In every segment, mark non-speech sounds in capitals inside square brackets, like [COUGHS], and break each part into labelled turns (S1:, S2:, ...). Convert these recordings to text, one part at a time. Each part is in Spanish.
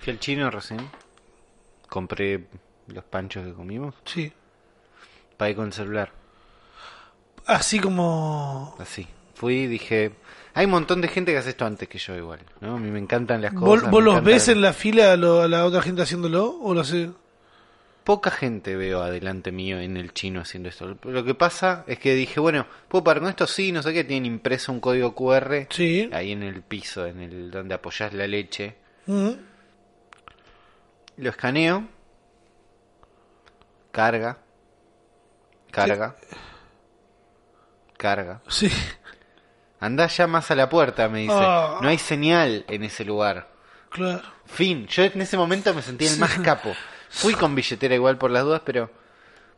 S1: Fui al chino recién. Compré los panchos que comimos.
S2: Sí.
S1: Pagué con el celular.
S2: Así como.
S1: Así. Fui y dije. Hay un montón de gente que hace esto antes que yo, igual. ¿no? A mí me encantan las
S2: ¿Vos,
S1: cosas.
S2: vos
S1: me
S2: los
S1: encanta-
S2: ves en la fila a, lo- a la otra gente haciéndolo? ¿O lo hace?
S1: Poca gente veo adelante mío en el chino haciendo esto. Lo que pasa es que dije, bueno, ¿puedo pagar con esto? Sí, no sé qué. Tienen impreso un código QR.
S2: Sí.
S1: Ahí en el piso, en el donde apoyás la leche.
S2: Mm.
S1: Lo escaneo. Carga. Carga. Carga.
S2: Sí. [LAUGHS]
S1: Andá ya más a la puerta, me dice.
S2: Ah.
S1: No hay señal en ese lugar.
S2: Claro.
S1: Fin. Yo en ese momento me sentí el más capo. Fui con billetera igual por las dudas, pero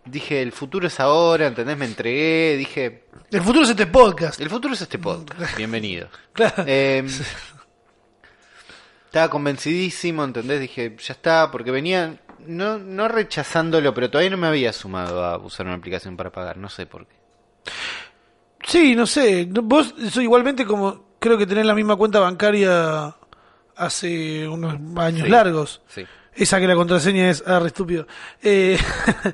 S1: dije, el futuro es ahora, ¿entendés? Me entregué, dije,
S2: El futuro es este podcast.
S1: el futuro es este podcast. Bienvenido.
S2: Claro.
S1: Eh, estaba convencidísimo, ¿entendés? Dije, ya está, porque venía, no, no rechazándolo, pero todavía no me había sumado a usar una aplicación para pagar, no sé por qué.
S2: Sí, no sé. No, Vos eso igualmente como creo que tenés la misma cuenta bancaria hace unos años
S1: Sí.
S2: largos.
S1: Sí.
S2: Esa que la contraseña es arre estúpido. Eh, [LAUGHS]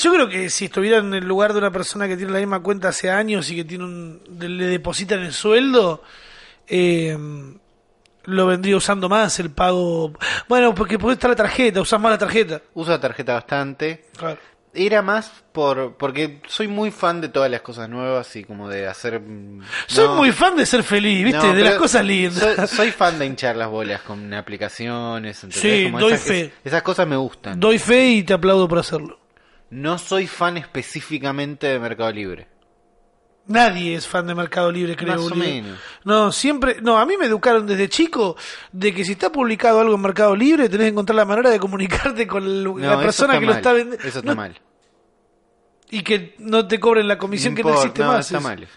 S2: yo creo que si estuviera en el lugar de una persona que tiene la misma cuenta hace años y que tiene un, le depositan el sueldo, eh, lo vendría usando más el pago. Bueno, porque puede estar la tarjeta, usás más la tarjeta.
S1: Uso la tarjeta bastante.
S2: Claro.
S1: Era más por porque soy muy fan de todas las cosas nuevas y como de hacer... mm,
S2: Soy
S1: no,
S2: muy fan de ser feliz, ¿viste?
S1: no,
S2: de las
S1: pero
S2: cosas lindas.
S1: Soy, soy fan de hinchar las bolas con aplicaciones, ¿entendés?
S2: Sí,
S1: Como
S2: doy
S1: esas,
S2: fe.
S1: es- esas cosas me gustan.
S2: Doy fe y te aplaudo por hacerlo.
S1: No soy fan específicamente de Mercado Libre.
S2: Nadie es fan de Mercado Libre, creo.
S1: Más o
S2: boludo.
S1: menos.
S2: No, siempre, no, a mí me educaron desde chico de que si está publicado algo en Mercado Libre, tenés que encontrar la manera de comunicarte con el-
S1: No,
S2: la
S1: eso
S2: persona
S1: está
S2: que lo
S1: mal,
S2: está vendiendo
S1: Eso está
S2: No-
S1: mal.
S2: y que no te cobren la comisión que no
S1: importa,
S2: existe
S1: no,
S2: más.
S1: Está
S2: es-
S1: mal.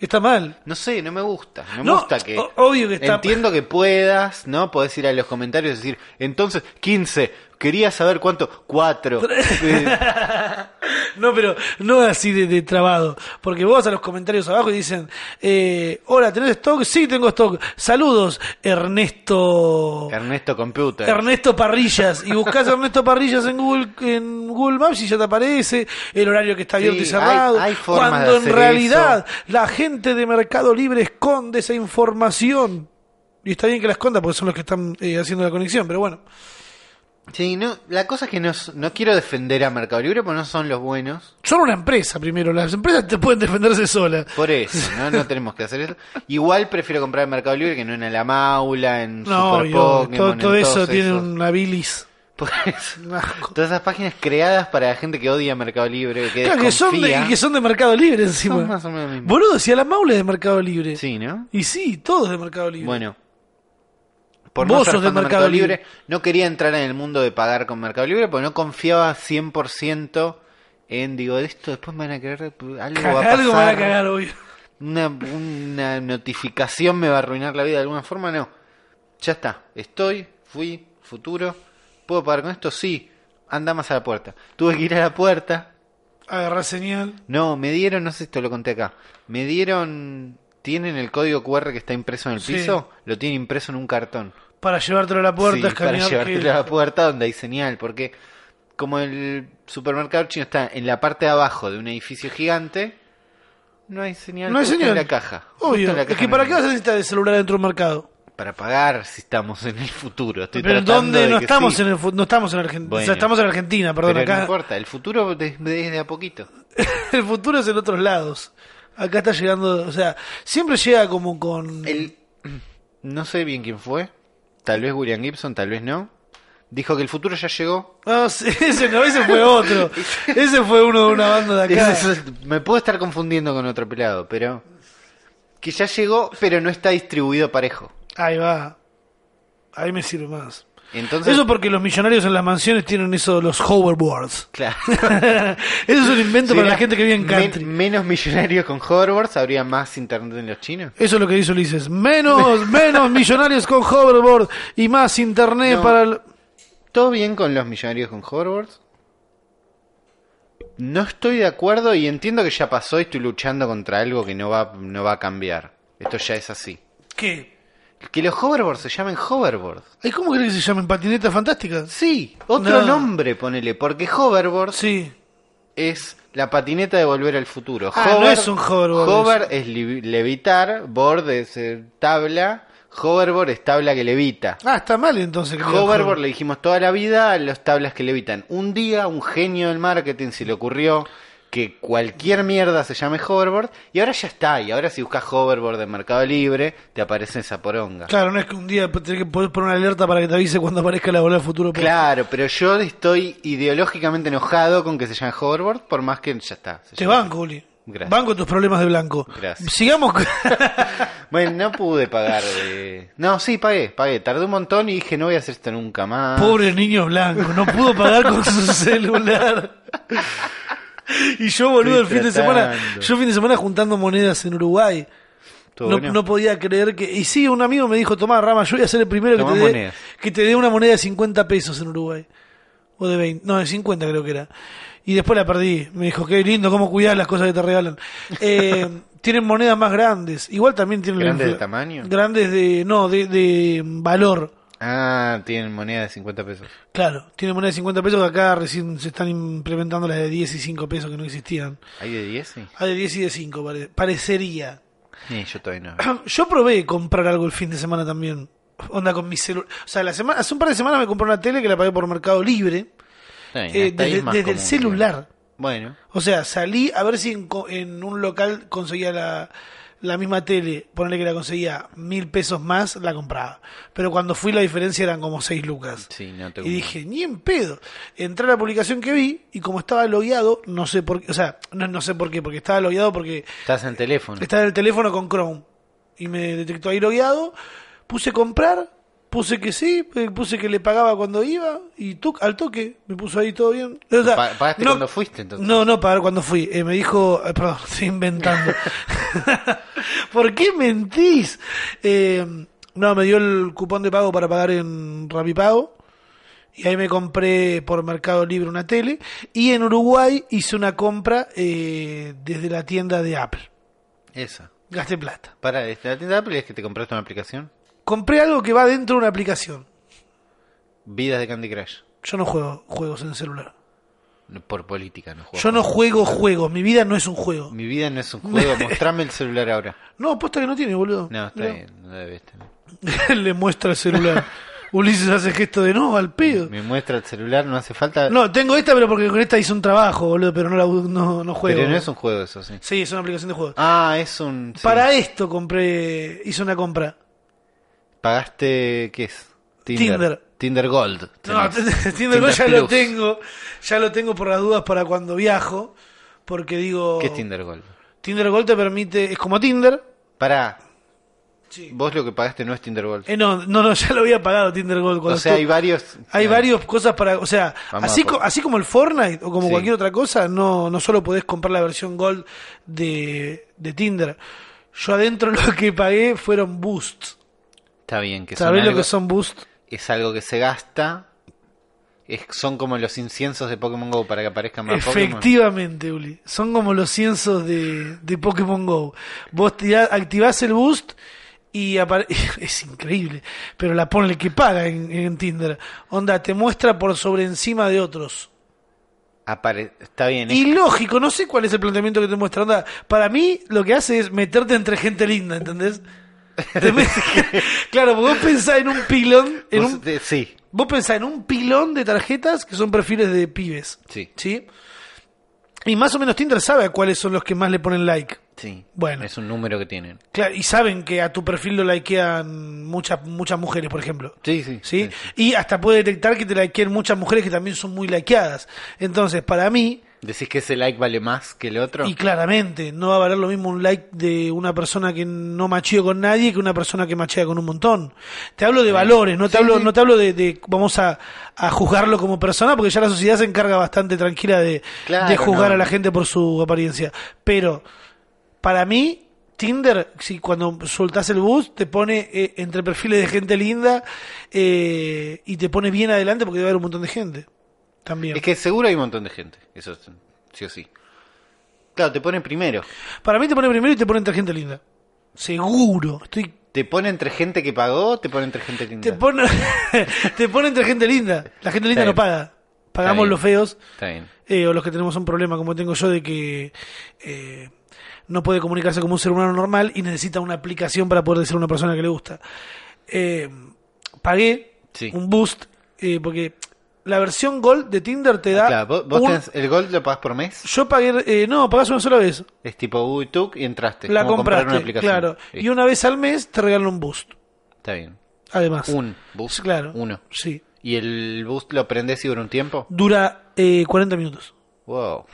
S2: Está mal.
S1: No sé, no me gusta. No, me
S2: No,
S1: gusta que.
S2: o- obvio que está-
S1: Entiendo que puedas, ¿no? Podés ir a los comentarios y decir, entonces, 15, quería saber cuánto.
S2: [LAUGHS]
S1: eh, 4.
S2: [LAUGHS] No, pero no así de, de trabado, porque vos vas a los comentarios abajo y dicen, eh, hola, ¿tenés stock? Sí, tengo stock. Saludos, Ernesto.
S1: Ernesto Computer.
S2: Ernesto Parrillas y buscas Ernesto Parrillas en Google en Google Maps y ya te aparece el horario que está abierto y
S1: Sí,
S2: cerrado.
S1: hay- hay formas
S2: cuando
S1: de
S2: en
S1: hacer
S2: realidad la gente de Mercado Libre esconde esa información. Y está bien que la esconda porque son los que están eh, haciendo la conexión, pero bueno.
S1: Sí, no, la cosa es que no, s- no quiero defender a Mercado Libre porque no son los buenos.
S2: Son una empresa primero, las empresas te pueden defenderse solas.
S1: Por eso, ¿no? No tenemos que hacer eso. Igual prefiero comprar en Mercado Libre que no en Alamaula, en
S2: No,
S1: Super
S2: obvio,
S1: Pokémon,
S2: todo,
S1: en
S2: todo eso
S1: todos
S2: tiene
S1: esos.
S2: una bilis.
S1: Por eso.
S2: Un asco.
S1: Todas esas páginas creadas para la gente que odia Mercado Libre, que
S2: Claro, que son, de,
S1: desconfía.
S2: y que son de Mercado Libre encima.
S1: Son más o menos lo mismo.
S2: Boludo, si a la Maula es de Mercado Libre.
S1: Sí, ¿no?
S2: Y sí, todos de Mercado Libre.
S1: Bueno. Por
S2: Vos
S1: no ser
S2: sos de
S1: fan de
S2: Mercado
S1: Mercado Libre,
S2: Libre.
S1: no quería entrar en el mundo de pagar con Mercado Libre porque no confiaba 100% en, digo, esto después me van a querer, algo va a
S2: Cagar, [LAUGHS] algo me van a
S1: pasar,
S2: cagar, obvio.
S1: Una, una notificación me va a arruinar la vida de alguna forma, no. Ya está, estoy, fui, futuro, ¿puedo pagar con esto? Sí, anda más a la puerta. Tuve que ir a la puerta,
S2: Agarrar señal.
S1: no, me dieron, no sé si esto lo conté acá. Me dieron. ¿Tienen el código QR que está impreso en el
S2: Sí.
S1: piso? Lo tienen impreso en un cartón.
S2: Para llevártelo a la puerta,
S1: Sí, para
S2: escanear.
S1: llevártelo
S2: que-
S1: a la puerta donde hay señal. Porque como el supermercado chino está en la parte de abajo de un edificio gigante, no hay señal.
S2: No hay
S1: justo
S2: señal.
S1: En la caja. Justo
S2: Obvio.
S1: en la
S2: es
S1: caja
S2: que
S1: no
S2: para
S1: hay
S2: qué vas a
S1: nada.
S2: necesitar el celular dentro de un mercado.
S1: Para pagar si estamos en el futuro. Estoy
S2: Pero
S1: tratando
S2: ¿dónde
S1: de
S2: no
S1: que
S2: estamos,
S1: sí.
S2: en el, fu- no estamos en Argentina. O
S1: Bueno.
S2: sea, estamos en Argentina, perdón.
S1: Pero no
S2: acá
S1: importa, el futuro es de a poquito.
S2: [LAUGHS] el futuro es en otros lados. Acá está llegando, o sea, siempre llega como con...
S1: El- [CLEARS THROAT] No sé bien quién fue. Tal vez William Gibson, tal vez no. Dijo que el futuro ya llegó.
S2: Ah, sí, [LAUGHS] ese no, ese fue otro. ese fue uno de una banda de acá.
S1: Ese es- me puedo estar confundiendo con otro pelado, pero. Que ya llegó, pero no está distribuido parejo.
S2: Ahí va. Ahí me sirve más.
S1: Entonces.
S2: Eso porque los millonarios en las mansiones tienen eso, los hoverboards. [LAUGHS]
S1: Claro.
S2: eso es un invento para la gente que vive en
S1: Men-
S2: country.
S1: menos millonarios con hoverboards, habría más internet en los chinos.
S2: Eso es lo que hizo
S1: [LAUGHS]
S2: Ulises. Menos, menos millonarios con hoverboard y más internet
S1: No.
S2: para el...
S1: Todo bien con los millonarios con hoverboards. No estoy de acuerdo y entiendo que ya pasó y estoy luchando contra algo que no va, no va a cambiar. Esto ya es así.
S2: ¿Qué?
S1: Que los hoverboards se llamen hoverboards.
S2: ¿Ay, ¿Cómo crees que se llamen? ¿Patinetas fantásticas?
S1: Sí, otro
S2: No.
S1: nombre ponele, porque hoverboard
S2: Sí.
S1: es la patineta de volver al futuro.
S2: Ah, no es un hoverboard,
S1: Hover es li- levitar, board es eh, tabla, hoverboard es tabla que levita.
S2: Ah, está mal entonces. que le digan
S1: Hoverboard le dijimos toda la vida a las tablas que levitan. Un día un genio del marketing se le ocurrió que cualquier mierda se llame hoverboard y ahora ya está. Y ahora si buscas hoverboard en Mercado Libre te aparece esa poronga.
S2: Claro, no es que un día tenés que poder poner una alerta para que te avise cuando aparezca la bola del futuro. pero-
S1: Claro, pero yo estoy ideológicamente enojado con que se llame hoverboard por más que ya está. se
S2: Te
S1: llama.
S2: banco, Uli.
S1: Gracias.
S2: Banco tus problemas de blanco.
S1: Gracias.
S2: Sigamos con...
S1: Bueno, no pude pagar. eh. No, sí, pagué, pagué. Tardé un montón y dije no voy a hacer esto nunca más.
S2: Pobre niño blanco, no pudo pagar
S1: [LAUGHS]
S2: con su celular. Y yo, boludo, el fin de semana,
S1: tratando.
S2: yo fin de semana juntando monedas en Uruguay.
S1: Estuvo
S2: No,
S1: bueno.
S2: no podía creer que. Y sí, un amigo me dijo, tomá, Rama, yo voy a ser el primero que
S1: Tomá
S2: te, dé,
S1: monedas.
S2: que te dé una moneda de 50 pesos en Uruguay. O de 20. No, de 50 creo que era. Y después la perdí. Me dijo, qué lindo, cómo cuidar las cosas que
S1: [LAUGHS]
S2: te regalan. Eh, tienen monedas más grandes. Igual también tienen... la
S1: ¿Grandes de
S2: infla-
S1: tamaño?
S2: Grandes de... No, de, de valor.
S1: Ah, tienen moneda de 50 pesos.
S2: Claro, tienen moneda de 50 pesos que acá recién se están implementando las de 10 y 5 pesos que no existían.
S1: ¿Hay de 10? Sí.
S2: Ah, de 10 y de 5, pare- parecería. [CLEARS THROAT]
S1: Eh, yo todavía no.
S2: Yo probé comprar algo el fin de semana también. Onda con mi celular. O sea, la semana, hace un par de semanas me compré una tele que la pagué por Mercado Libre.
S1: Está bien,
S2: eh,
S1: hasta ahí
S2: desde-
S1: es más
S2: desde el
S1: común,
S2: celular.
S1: digamos. Bueno,
S2: O sea, salí a ver si en, co- en un local conseguía la, la misma tele. Ponerle que la conseguía mil pesos más, la compraba. Pero cuando fui la diferencia eran como seis lucas.
S1: sí, no te
S2: Y dije, ni en pedo. Entré a la publicación que vi y como estaba logueado, no sé por qué, o sea, no, no sé por qué, porque estaba logueado porque
S1: Estás en teléfono.
S2: estaba en el teléfono con Chrome. Y me detectó ahí logueado, puse comprar, puse que sí, eh, puse que le pagaba cuando iba y tú al toque, me puso ahí todo bien. O sea,
S1: Pa- ¿Pagaste
S2: no-
S1: cuando fuiste entonces?
S2: No, no, pagar cuando fui. Eh, me dijo, eh, perdón, [LAUGHS]
S1: [LAUGHS]
S2: estoy inventando. ¿Por qué mentís? Eh, no, me dio el cupón de pago para pagar en Rapipago. Y ahí me compré por Mercado Libre una tele. Y en Uruguay hice una compra eh, desde la tienda de Apple.
S1: Esa.
S2: Gasté plata.
S1: Para, ¿la tienda de Apple es que te compraste una aplicación?
S2: Compré algo que va dentro de una aplicación.
S1: Vidas de Candy Crush.
S2: Yo no juego juegos en el celular.
S1: Por política no juego.
S2: Yo no juego juegos. Mi vida no es un juego.
S1: Mi vida no es un
S2: [LAUGHS]
S1: juego. Mostrame el celular ahora.
S2: No, apuesta que no tiene, boludo.
S1: No, está
S2: Mirá.
S1: bien. No debes tener.
S2: [LAUGHS] Le muestra el celular. Ulises hace gesto de no, al pedo.
S1: Me muestra el celular, no hace falta.
S2: No, tengo esta, pero porque con esta hice un trabajo, boludo, pero no, la, u- no, no juego.
S1: pero no es un juego eso, sí.
S2: Sí, es una aplicación de juegos.
S1: Ah, es un. sí.
S2: Para esto compré, hice una compra.
S1: ¿Pagaste qué es?
S2: Tinder.
S1: Tinder Gold.
S2: No,
S1: tenés.
S2: [LAUGHS] Tinder Gold ya lo
S1: Plus.
S2: tengo, ya lo tengo por las dudas para cuando viajo, porque digo...
S1: ¿Qué es Tinder Gold?
S2: Tinder Gold te permite, es como Tinder.
S1: Pará.
S2: Sí.
S1: Vos lo que pagaste no es Tinder Gold.
S2: Eh, no, no, no, ya lo había pagado Tinder Gold.
S1: O
S2: cuando
S1: sea,
S2: estuve-
S1: hay varios.
S2: Hay
S1: claro.
S2: varias cosas para, o sea,
S1: Vamos
S2: así,
S1: a por-
S2: co- así como el Fortnite o como
S1: Sí.
S2: cualquier otra cosa, no, no solo podés comprar la versión Gold de, de Tinder. Yo adentro [LAUGHS] lo que pagué fueron boosts.
S1: Está bien, que
S2: ¿Sabés
S1: son
S2: lo
S1: algo-
S2: que son boosts?
S1: Es algo que se gasta. Es, son como los inciensos de Pokémon Go para que aparezcan más Pokémon.
S2: Efectivamente, Uli. Son como los cienzos de, de Pokémon Go. Vos tirá- activás el boost y apare- [LAUGHS] es increíble, pero la ponle que paga en, en Tinder. Onda, te muestra por sobre encima de otros.
S1: Apare- Está bien. es-
S2: Y lógico, no sé cuál es el planteamiento que te muestra. Onda, para mí, lo que hace es meterte entre gente linda, ¿entendés? [LAUGHS] Te met- claro, porque vos pensás en un pilón. En
S1: vos-
S2: un...
S1: te- Sí.
S2: Vos pensás en un pilón de tarjetas que son perfiles de pibes.
S1: Sí.
S2: ¿Sí? Y más o menos Tinder sabe a cuáles son los que más le ponen like.
S1: Sí.
S2: Bueno.
S1: Es un número que tienen.
S2: Claro, y saben que a tu perfil lo likean muchas, muchas mujeres, por ejemplo.
S1: Sí, sí.
S2: ¿sí? Y hasta puede detectar que te likean muchas mujeres que también son muy likeadas. Entonces, para mí,
S1: ¿Decís que ese like vale más que el otro?
S2: Y claramente, no va a valer lo mismo un like de una persona que no macheo con nadie que una persona que machea con un montón. Te hablo de valores, no te hablo, no te hablo de, de- vamos a, a juzgarlo como persona, porque ya la sociedad se encarga bastante tranquila de,
S1: Claro,
S2: de juzgar
S1: no.
S2: a la gente por su apariencia. Pero, para mí, Tinder, si cuando soltás el bus, te pone eh, entre perfiles de gente linda eh, y te pone bien adelante porque debe haber un montón de gente. También.
S1: Es que seguro hay un montón de gente. Eso es- sí o sí. Claro, te ponen primero.
S2: Para mí te pone primero y te pone entre gente linda. Seguro, estoy
S1: ¿Te pone entre gente que pagó o te pone entre gente linda?
S2: Te pone, [LAUGHS] te pone entre gente linda. La gente linda
S1: Está
S2: no
S1: bien.
S2: paga. Pagamos
S1: bien.
S2: los feos
S1: Está bien.
S2: eh, o los que tenemos un problema, como tengo yo, de que eh, no puede comunicarse como un ser humano normal y necesita una aplicación para poder decir a una persona que le gusta. Eh, pagué
S1: Sí.
S2: un boost eh, porque la versión Gold de Tinder te da.
S1: Ah, Claro, vos, vos
S2: un-
S1: tenés- el Gold lo pagás por mes.
S2: Yo pagué. eh, no, pagás una sola vez.
S1: Es tipo, uy, tú y entraste.
S2: la
S1: como comprar una
S2: compraste.
S1: aplicación.
S2: Claro.
S1: Sí,
S2: Y una vez al mes te regalan un boost.
S1: Está bien.
S2: Además.
S1: Un boost.
S2: Claro.
S1: Uno.
S2: Sí.
S1: ¿Y el boost lo prendés y dura un tiempo?
S2: Dura eh, 40 minutos.
S1: Wow.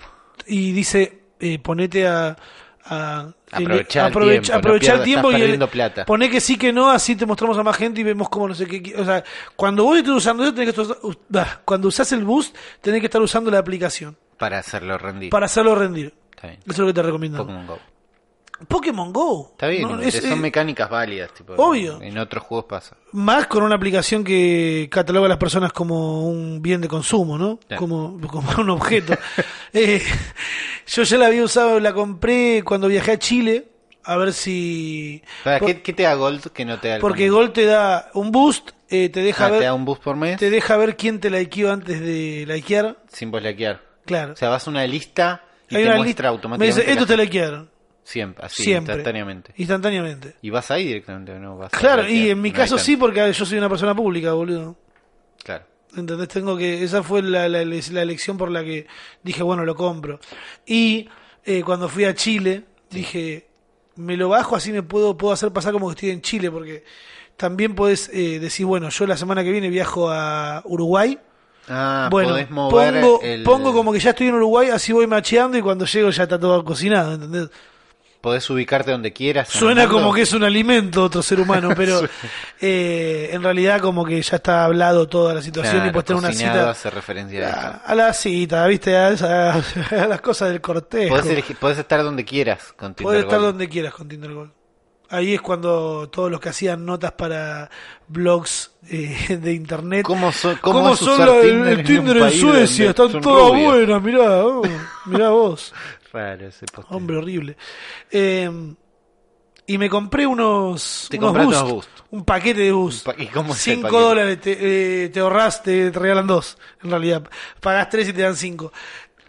S2: y dice eh, ponete a, a-
S1: Aprovechá el
S2: aprove-
S1: tiempo, no
S2: aprovechá el
S1: pierdas,
S2: tiempo
S1: estás
S2: y el-
S1: perdiendo plata.
S2: poné que sí que no así te mostramos a más gente y vemos cómo no sé qué o sea cuando vos estés usando eso tenés que estar- us- bah, cuando usás el boost tenés que estar usando la aplicación
S1: Para hacerlo rendir.
S2: para hacerlo rendir
S1: Está bien.
S2: eso es lo que te recomiendo
S1: Pokémon Go.
S2: Pokémon Go
S1: Está bien,
S2: No,
S1: igual,
S2: es,
S1: son
S2: eh,
S1: mecánicas válidas. Tipo,
S2: obvio.
S1: En otros juegos pasa.
S2: más con una aplicación que cataloga a las personas como un bien de consumo, ¿no?
S1: Claro.
S2: Como, como un objeto. [LAUGHS] Eh, yo ya la había usado, la compré cuando viajé a Chile, a ver si...
S1: Para,
S2: por-
S1: ¿qué, qué te da Gold que no te da el
S2: porque
S1: común?
S2: Gold te da un boost, eh, te, deja
S1: Ah,
S2: ver,
S1: te da un boost por mes
S2: te deja ver quién te likeó antes de likear.
S1: sin boslaquear.
S2: Claro.
S1: O sea, vas a una lista y
S2: Hay
S1: te
S2: una
S1: muestra
S2: lista-
S1: automáticamente.
S2: Me dice, estos
S1: la-
S2: te likearon.
S1: Siempre, así,
S2: siempre.
S1: instantáneamente.
S2: Instantáneamente.
S1: Y vas ahí directamente, ¿o ¿no? Vas a
S2: Claro,
S1: likear.
S2: y en mi
S1: No hay
S2: caso
S1: tanto.
S2: sí, porque yo soy una persona pública, boludo.
S1: Claro.
S2: ¿Entendés? Tengo que. Esa fue la, la, la elección por la que dije, bueno, lo compro. Y eh, cuando fui a Chile, dije, me lo bajo, así me puedo, puedo hacer pasar como que estoy en Chile, porque también podés eh, decir, bueno, yo la semana que viene viajo a Uruguay.
S1: Ah,
S2: bueno,
S1: podés mover
S2: pongo,
S1: el-
S2: pongo como que ya estoy en Uruguay, así voy macheando y cuando llego ya está todo cocinado, ¿entendés?
S1: Podés ubicarte donde quieras. en el
S2: Suena
S1: mundo.
S2: como que es un alimento otro ser
S1: [LAUGHS]
S2: humano, pero eh, en realidad como que ya está hablado toda la situación
S1: Claro,
S2: y puedes tener una
S1: cocinado
S2: cita. Ah,
S1: hace referencia a
S2: A,
S1: eso.
S2: a la cita, ¿viste? A, esa- [LAUGHS] a las cosas del cortejo.
S1: Podés,
S2: Podés,
S1: elegir- podés estar donde quieras con Tinder
S2: estar
S1: Gold.
S2: donde quieras con Tinder Gold. Ahí es cuando todos los que hacían notas para blogs eh, de internet.
S1: ¿Cómo son- cómo es
S2: son
S1: usar
S2: la- el-
S1: Tinder
S2: el,
S1: en un
S2: Tinder en,
S1: país
S2: Suecia?
S1: donde son
S2: Están todas
S1: rubias?
S2: buenas, mirá, oh, mirá vos.
S1: Raro ese posteo.
S2: Hombre horrible. Eh, y me compré unos,
S1: Te
S2: unos
S1: compraste
S2: boost,
S1: unos boost.
S2: Un paquete de boost.
S1: Un pa- ¿y cómo es el
S2: 5
S1: paquete?
S2: dólares te, eh, te ahorras, te, te regalan dos. En realidad, pagás tres y te dan cinco.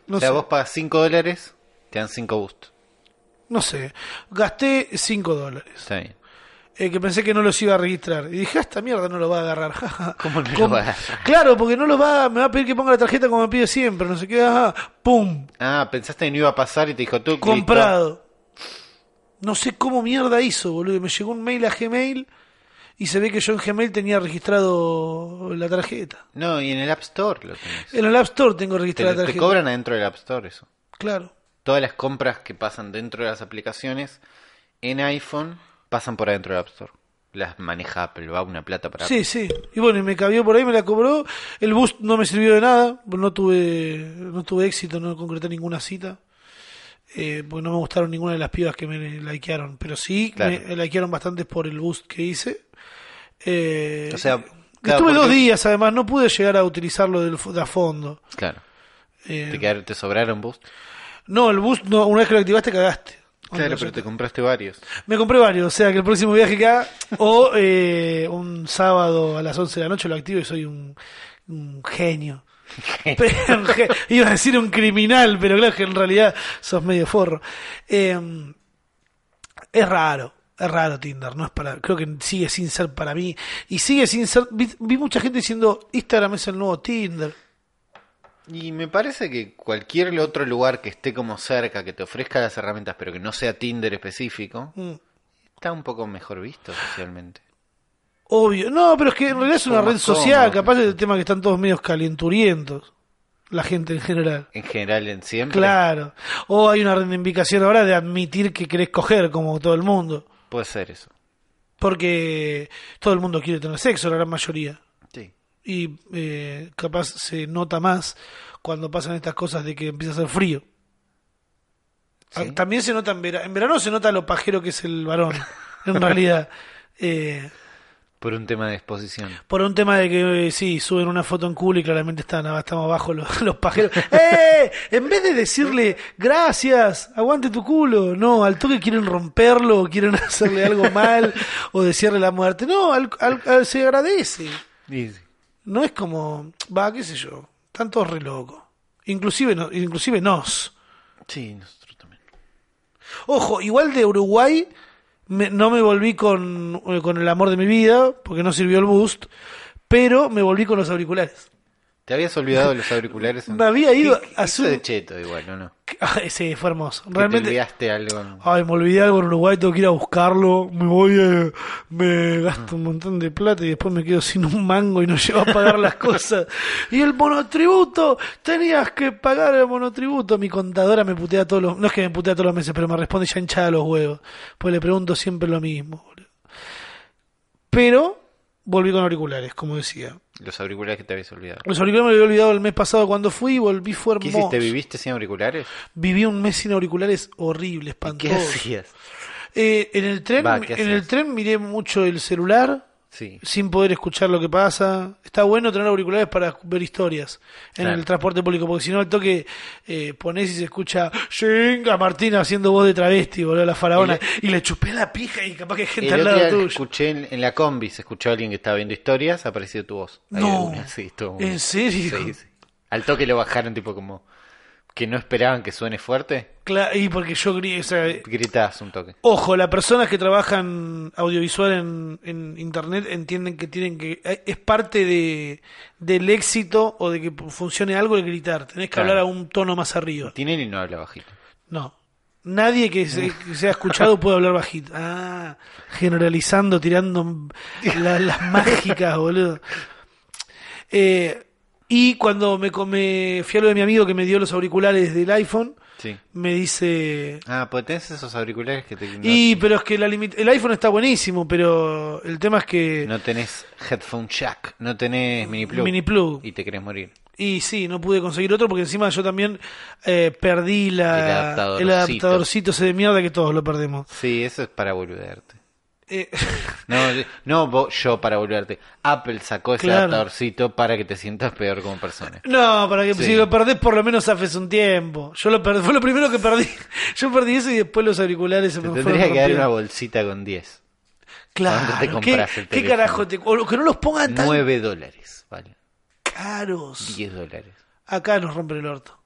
S2: No
S1: o sea,
S2: sé.
S1: vos pagas 5 dólares, te dan 5 boost.
S2: No sé, gasté 5 dólares.
S1: Está bien.
S2: eh, que pensé que no los iba a registrar. Y dije, "Ah, esta mierda no lo va a agarrar. [LAUGHS] jaja".
S1: ¿Cómo no lo
S2: Con-
S1: va a agarrar?
S2: Claro, porque no lo va, me va a pedir que ponga la tarjeta como me pide siempre. No sé qué, ajá. ¡Pum!
S1: Ah, pensaste que no iba a pasar y te dijo tú. listo.
S2: Comprado. No sé cómo mierda hizo, boludo. Me llegó un mail a Gmail y se ve que yo en Gmail tenía registrado la tarjeta.
S1: No, y en el App Store lo tenés.
S2: En el App Store tengo
S1: Te,
S2: registrada
S1: te
S2: la tarjeta.
S1: cobran adentro del App Store eso.
S2: Claro.
S1: Todas las compras que pasan dentro de las aplicaciones en iPhone pasan por adentro del App Store. Las maneja Apple, va una plata para
S2: Sí, sí. Y bueno, y me cabió por ahí, me la cobró. El boost no me sirvió de nada. No tuve, no tuve éxito, no concreté ninguna cita. Eh, porque no me gustaron ninguna de las pibas que me likearon. Pero sí,
S1: Claro.
S2: me likearon bastantes por el boost que hice. Eh,
S1: O sea, claro,
S2: estuve dos
S1: porque-
S2: días además, no pude llegar a utilizarlo del, fo- de a fondo.
S1: Apple. Claro.
S2: Eh,
S1: Te, quedaron- te sobraron boost.
S2: no, el boost, no, una vez que lo activaste, cagaste.
S1: Claro,
S2: Onda,
S1: pero
S2: yo-
S1: te compraste varios.
S2: Me compré varios, o sea que el próximo viaje que haga, o eh, un sábado a las 11 de la noche lo activo y soy un, un
S1: [LAUGHS]
S2: genio. Pero un ge- iba a decir un criminal, pero claro que en realidad sos medio forro. Eh, es raro, es raro Tinder, no es para, creo que sigue sin ser para mí. Y sigue sin ser, vi, vi mucha gente diciendo Instagram es el nuevo Tinder.
S1: Y me parece que cualquier otro lugar que esté como cerca, que te ofrezca las herramientas, pero que no sea Tinder específico,
S2: Mm,
S1: está un poco mejor visto socialmente.
S2: Obvio, no, pero es que en realidad es una
S1: Como
S2: red
S1: más
S2: social,
S1: cómodo.
S2: capaz es el tema que están todos medios calenturientos, la gente en general.
S1: En general, en siempre.
S2: Claro. O hay una reivindicación ahora de admitir que querés coger como todo el mundo.
S1: Puede ser eso.
S2: Porque todo el mundo quiere tener sexo, la gran mayoría.
S1: Sí.
S2: Y eh, capaz se nota más cuando pasan estas cosas de que empieza a hacer frío. Ah,
S1: Sí.
S2: También se nota en verano. En verano se nota lo pajero que es el varón, en realidad. Eh,
S1: Por un tema de exposición.
S2: Por un tema de que eh, sí, suben una foto en culo y claramente están, ab- estamos abajo [LAUGHS] los, los pajeros. ¡Eh! En vez de decirle gracias, aguante tu culo. No, al toque quieren romperlo, quieren [LAUGHS] hacerle algo mal o desearle la muerte. No, al- al- al- se agradece.
S1: Y-
S2: No es como, va, qué sé yo, están todos re locos. Inclusive, no- inclusive nos.
S1: Sí, nosotros también.
S2: Ojo, igual de Uruguay me- no me volví con, eh, con el amor de mi vida, porque no sirvió el boost, pero me volví con los auriculares.
S1: ¿Te habías olvidado de los [LAUGHS] auriculares?
S2: Me había ido
S1: ¿Qué-
S2: a
S1: eso
S2: su-
S1: de cheto igual, ¿o no?
S2: [LAUGHS] Ah, Ese fue hermoso.
S1: Que te
S2: Realmente...
S1: olvidaste algo.
S2: Ay, me olvidé algo en Uruguay, tengo que ir a buscarlo, me voy, eh, me
S1: Ah.
S2: gasto un montón de plata y después me quedo sin un mango y no [LAUGHS] llego a pagar las cosas. Y el monotributo, tenías que pagar el monotributo. Mi contadora me putea todos los, no es que me putea todos los meses, pero me responde ya hinchada los huevos, pues le pregunto siempre lo mismo. boludo. Pero volví con auriculares, como decía.
S1: Los auriculares que te habías olvidado.
S2: Los auriculares me los había olvidado el mes pasado cuando fui y volví, fue
S1: ¿Qué
S2: hermoso.
S1: hiciste? ¿Viviste sin auriculares?
S2: Viví un mes sin auriculares horrible,
S1: ¿Y qué
S2: espantoso.
S1: hacías?
S2: Eh, en el tren,
S1: Va, ¿qué
S2: en el
S1: hacías?
S2: tren miré mucho el celular
S1: Sí.
S2: sin poder escuchar lo que pasa. Está bueno tener auriculares para ver historias en
S1: Claro.
S2: el transporte público, porque si no al toque eh, ponés y se escucha Chinga Martina haciendo voz de travesti, boludo, la faraona. Y le chupé la pija y capaz que hay
S1: El
S2: gente al
S1: otro
S2: lado
S1: día
S2: tuyo.
S1: escuché en, en la combi, se escuchó a alguien que estaba viendo historias, apareció tu voz. Ahí de
S2: No.
S1: una, sí, estuvo muy-
S2: ¿En serio?
S1: Sí, sí. Al toque lo bajaron, tipo como que no esperaban que suene fuerte.
S2: Cla- y porque yo gri- o sea,
S1: Gritabas un toque.
S2: Ojo, las personas que trabajan audiovisual en, en internet entienden que tienen que es parte de, del éxito o de que funcione algo el gritar. Tenés que
S1: Claro.
S2: hablar a un tono más arriba.
S1: Tinelli no habla bajito.
S2: No, nadie que, se, que sea escuchado puede hablar bajito. Ah, generalizando, tirando la- las mágicas, boludo. Eh, y cuando me, co- me fui a lo de mi amigo que me dio los auriculares del iPhone,
S1: Sí.
S2: me dice
S1: Ah, pues tenés esos auriculares que te, no,
S2: y pero es que la limit- el iPhone está buenísimo, pero el tema es que
S1: no tenés headphone jack, no tenés mini plug.
S2: Mini plug.
S1: Y te querés morir.
S2: y sí, no pude conseguir otro porque encima yo también eh, perdí la
S1: El adaptadorcito.
S2: el adaptadorcito ese de mierda que todos lo perdemos.
S1: Sí, eso es para volverte.
S2: Eh, [LAUGHS]
S1: No, no vos- yo para volverte. Apple sacó ese
S2: Claro.
S1: adaptadorcito para que te sientas peor como persona.
S2: no, para que
S1: Sí.
S2: si lo perdés por lo menos haces un tiempo. Yo lo perdí, fue lo primero que perdí. [LAUGHS] Yo perdí eso y después los auriculares se
S1: Te
S2: me
S1: tendría
S2: fueron
S1: que dar una
S2: rompiendo.
S1: bolsita con 10. ¿Dónde te
S2: Claro, ¿qué,
S1: compras el
S2: qué
S1: teléfono?
S2: carajo te o que no los pongan tan
S1: 9 dólares, vale.
S2: caros.
S1: 10 dólares.
S2: Acá nos rompen el orto.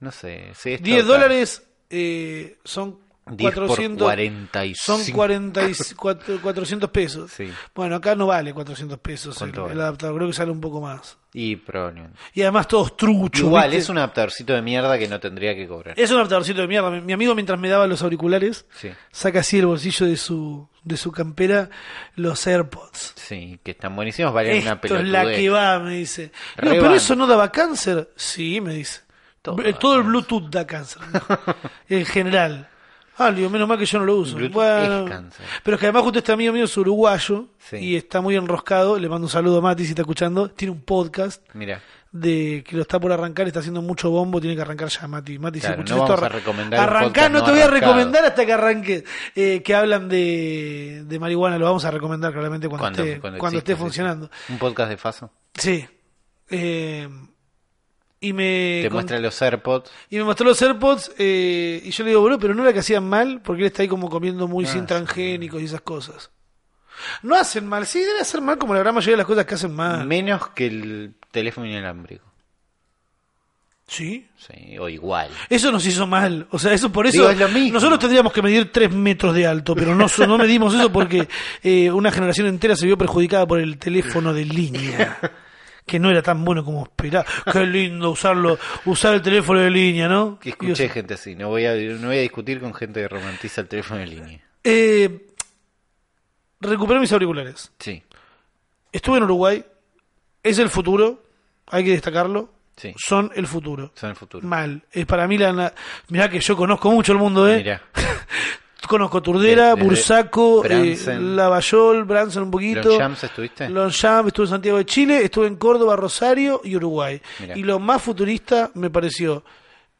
S1: No sé. sí, es
S2: 10
S1: todo caro.
S2: dólares eh, son
S1: 10 por
S2: 400,
S1: 45.
S2: son 40
S1: [LAUGHS]
S2: y cuatro- 400 pesos.
S1: Sí.
S2: Bueno, acá no vale 400 pesos el,
S1: ¿Cuánto vale?
S2: el adaptador, creo que sale un poco más.
S1: Y probablemente.
S2: Y además todos truchos.
S1: Igual,
S2: ¿viste?
S1: es un adaptadorcito de mierda que no tendría que cobrar.
S2: Es un adaptadorcito de mierda. Mi, mi amigo mientras me daba los auriculares,
S1: Sí.
S2: saca así el bolsillo de su, de su campera los AirPods.
S1: Sí, que están buenísimos, valen una
S2: Esto es
S1: pelotudez.
S2: la que va, me dice.
S1: Re
S2: No, pero
S1: van.
S2: eso no daba cáncer. Sí, me dice. Eh,
S1: Todo
S2: Todo,
S1: da
S2: el Bluetooth da cáncer.
S1: [LAUGHS]
S2: en general. Ah, le digo, menos mal que yo no lo uso.
S1: Bluetooth
S2: Bueno,
S1: es cáncer.
S2: pero es que además justo este amigo mío es uruguayo
S1: Sí.
S2: y está muy enroscado. Le mando un saludo a Mati si está escuchando. Tiene un podcast
S1: Mira,
S2: de que lo está por arrancar, está haciendo mucho bombo, tiene que arrancar ya Mati. Mati,
S1: Claro,
S2: si escuchas
S1: no
S2: esto,
S1: vamos a
S2: arran-
S1: recomendar un
S2: arrancá,
S1: podcast
S2: no te
S1: no
S2: voy a
S1: arrancado.
S2: recomendar hasta que arranque, eh, que hablan de, de marihuana, lo vamos a recomendar claramente cuando,
S1: cuando,
S2: esté, cuando,
S1: exista,
S2: esté
S1: sí, sí.
S2: funcionando.
S1: Un podcast de Faso.
S2: Sí. Eh, y me
S1: Te
S2: Eh, con-
S1: muestra los AirPods.
S2: y me mostró los AirPods eh, y yo le digo, boludo, pero no era que hacían mal porque él está ahí como comiendo muy sin transgénicos y esas cosas. No hacen mal, sí, deben hacer mal como la gran mayoría de las cosas que hacen mal.
S1: Menos que el teléfono inalámbrico.
S2: Sí.
S1: Sí, o igual.
S2: Eso nos hizo mal. O sea, eso por
S1: Digo,
S2: eso.
S1: es lo mismo.
S2: Nosotros tendríamos que medir 3 metros de alto, pero no, so- no medimos eso porque eh, una generación entera se vio perjudicada por el teléfono de línea. Que no era tan bueno como esperaba. Qué lindo usarlo, usar el teléfono de línea, ¿no?
S1: Que escuché
S2: Dios.
S1: gente así. No voy, a, no voy a discutir con gente que romantiza el teléfono en línea.
S2: Eh, recuperé mis auriculares.
S1: Sí,
S2: Estuve en Uruguay. Es el futuro. Hay que destacarlo.
S1: sí.
S2: Son el futuro.
S1: Son el futuro. Ah,
S2: Mal. Es para mí la... na- Mirá que yo conozco mucho el mundo, ¿eh?
S1: Mira,
S2: Conozco Turdera,
S1: Desde
S2: Bursaco, eh,
S1: Bransen.
S2: Lavallol, Branson un poquito.
S1: ¿Longchamps estuviste?
S2: Longchamp, estuve en Santiago de Chile, estuve en Córdoba, Rosario y Uruguay.
S1: Mirá.
S2: Y lo más futurista me pareció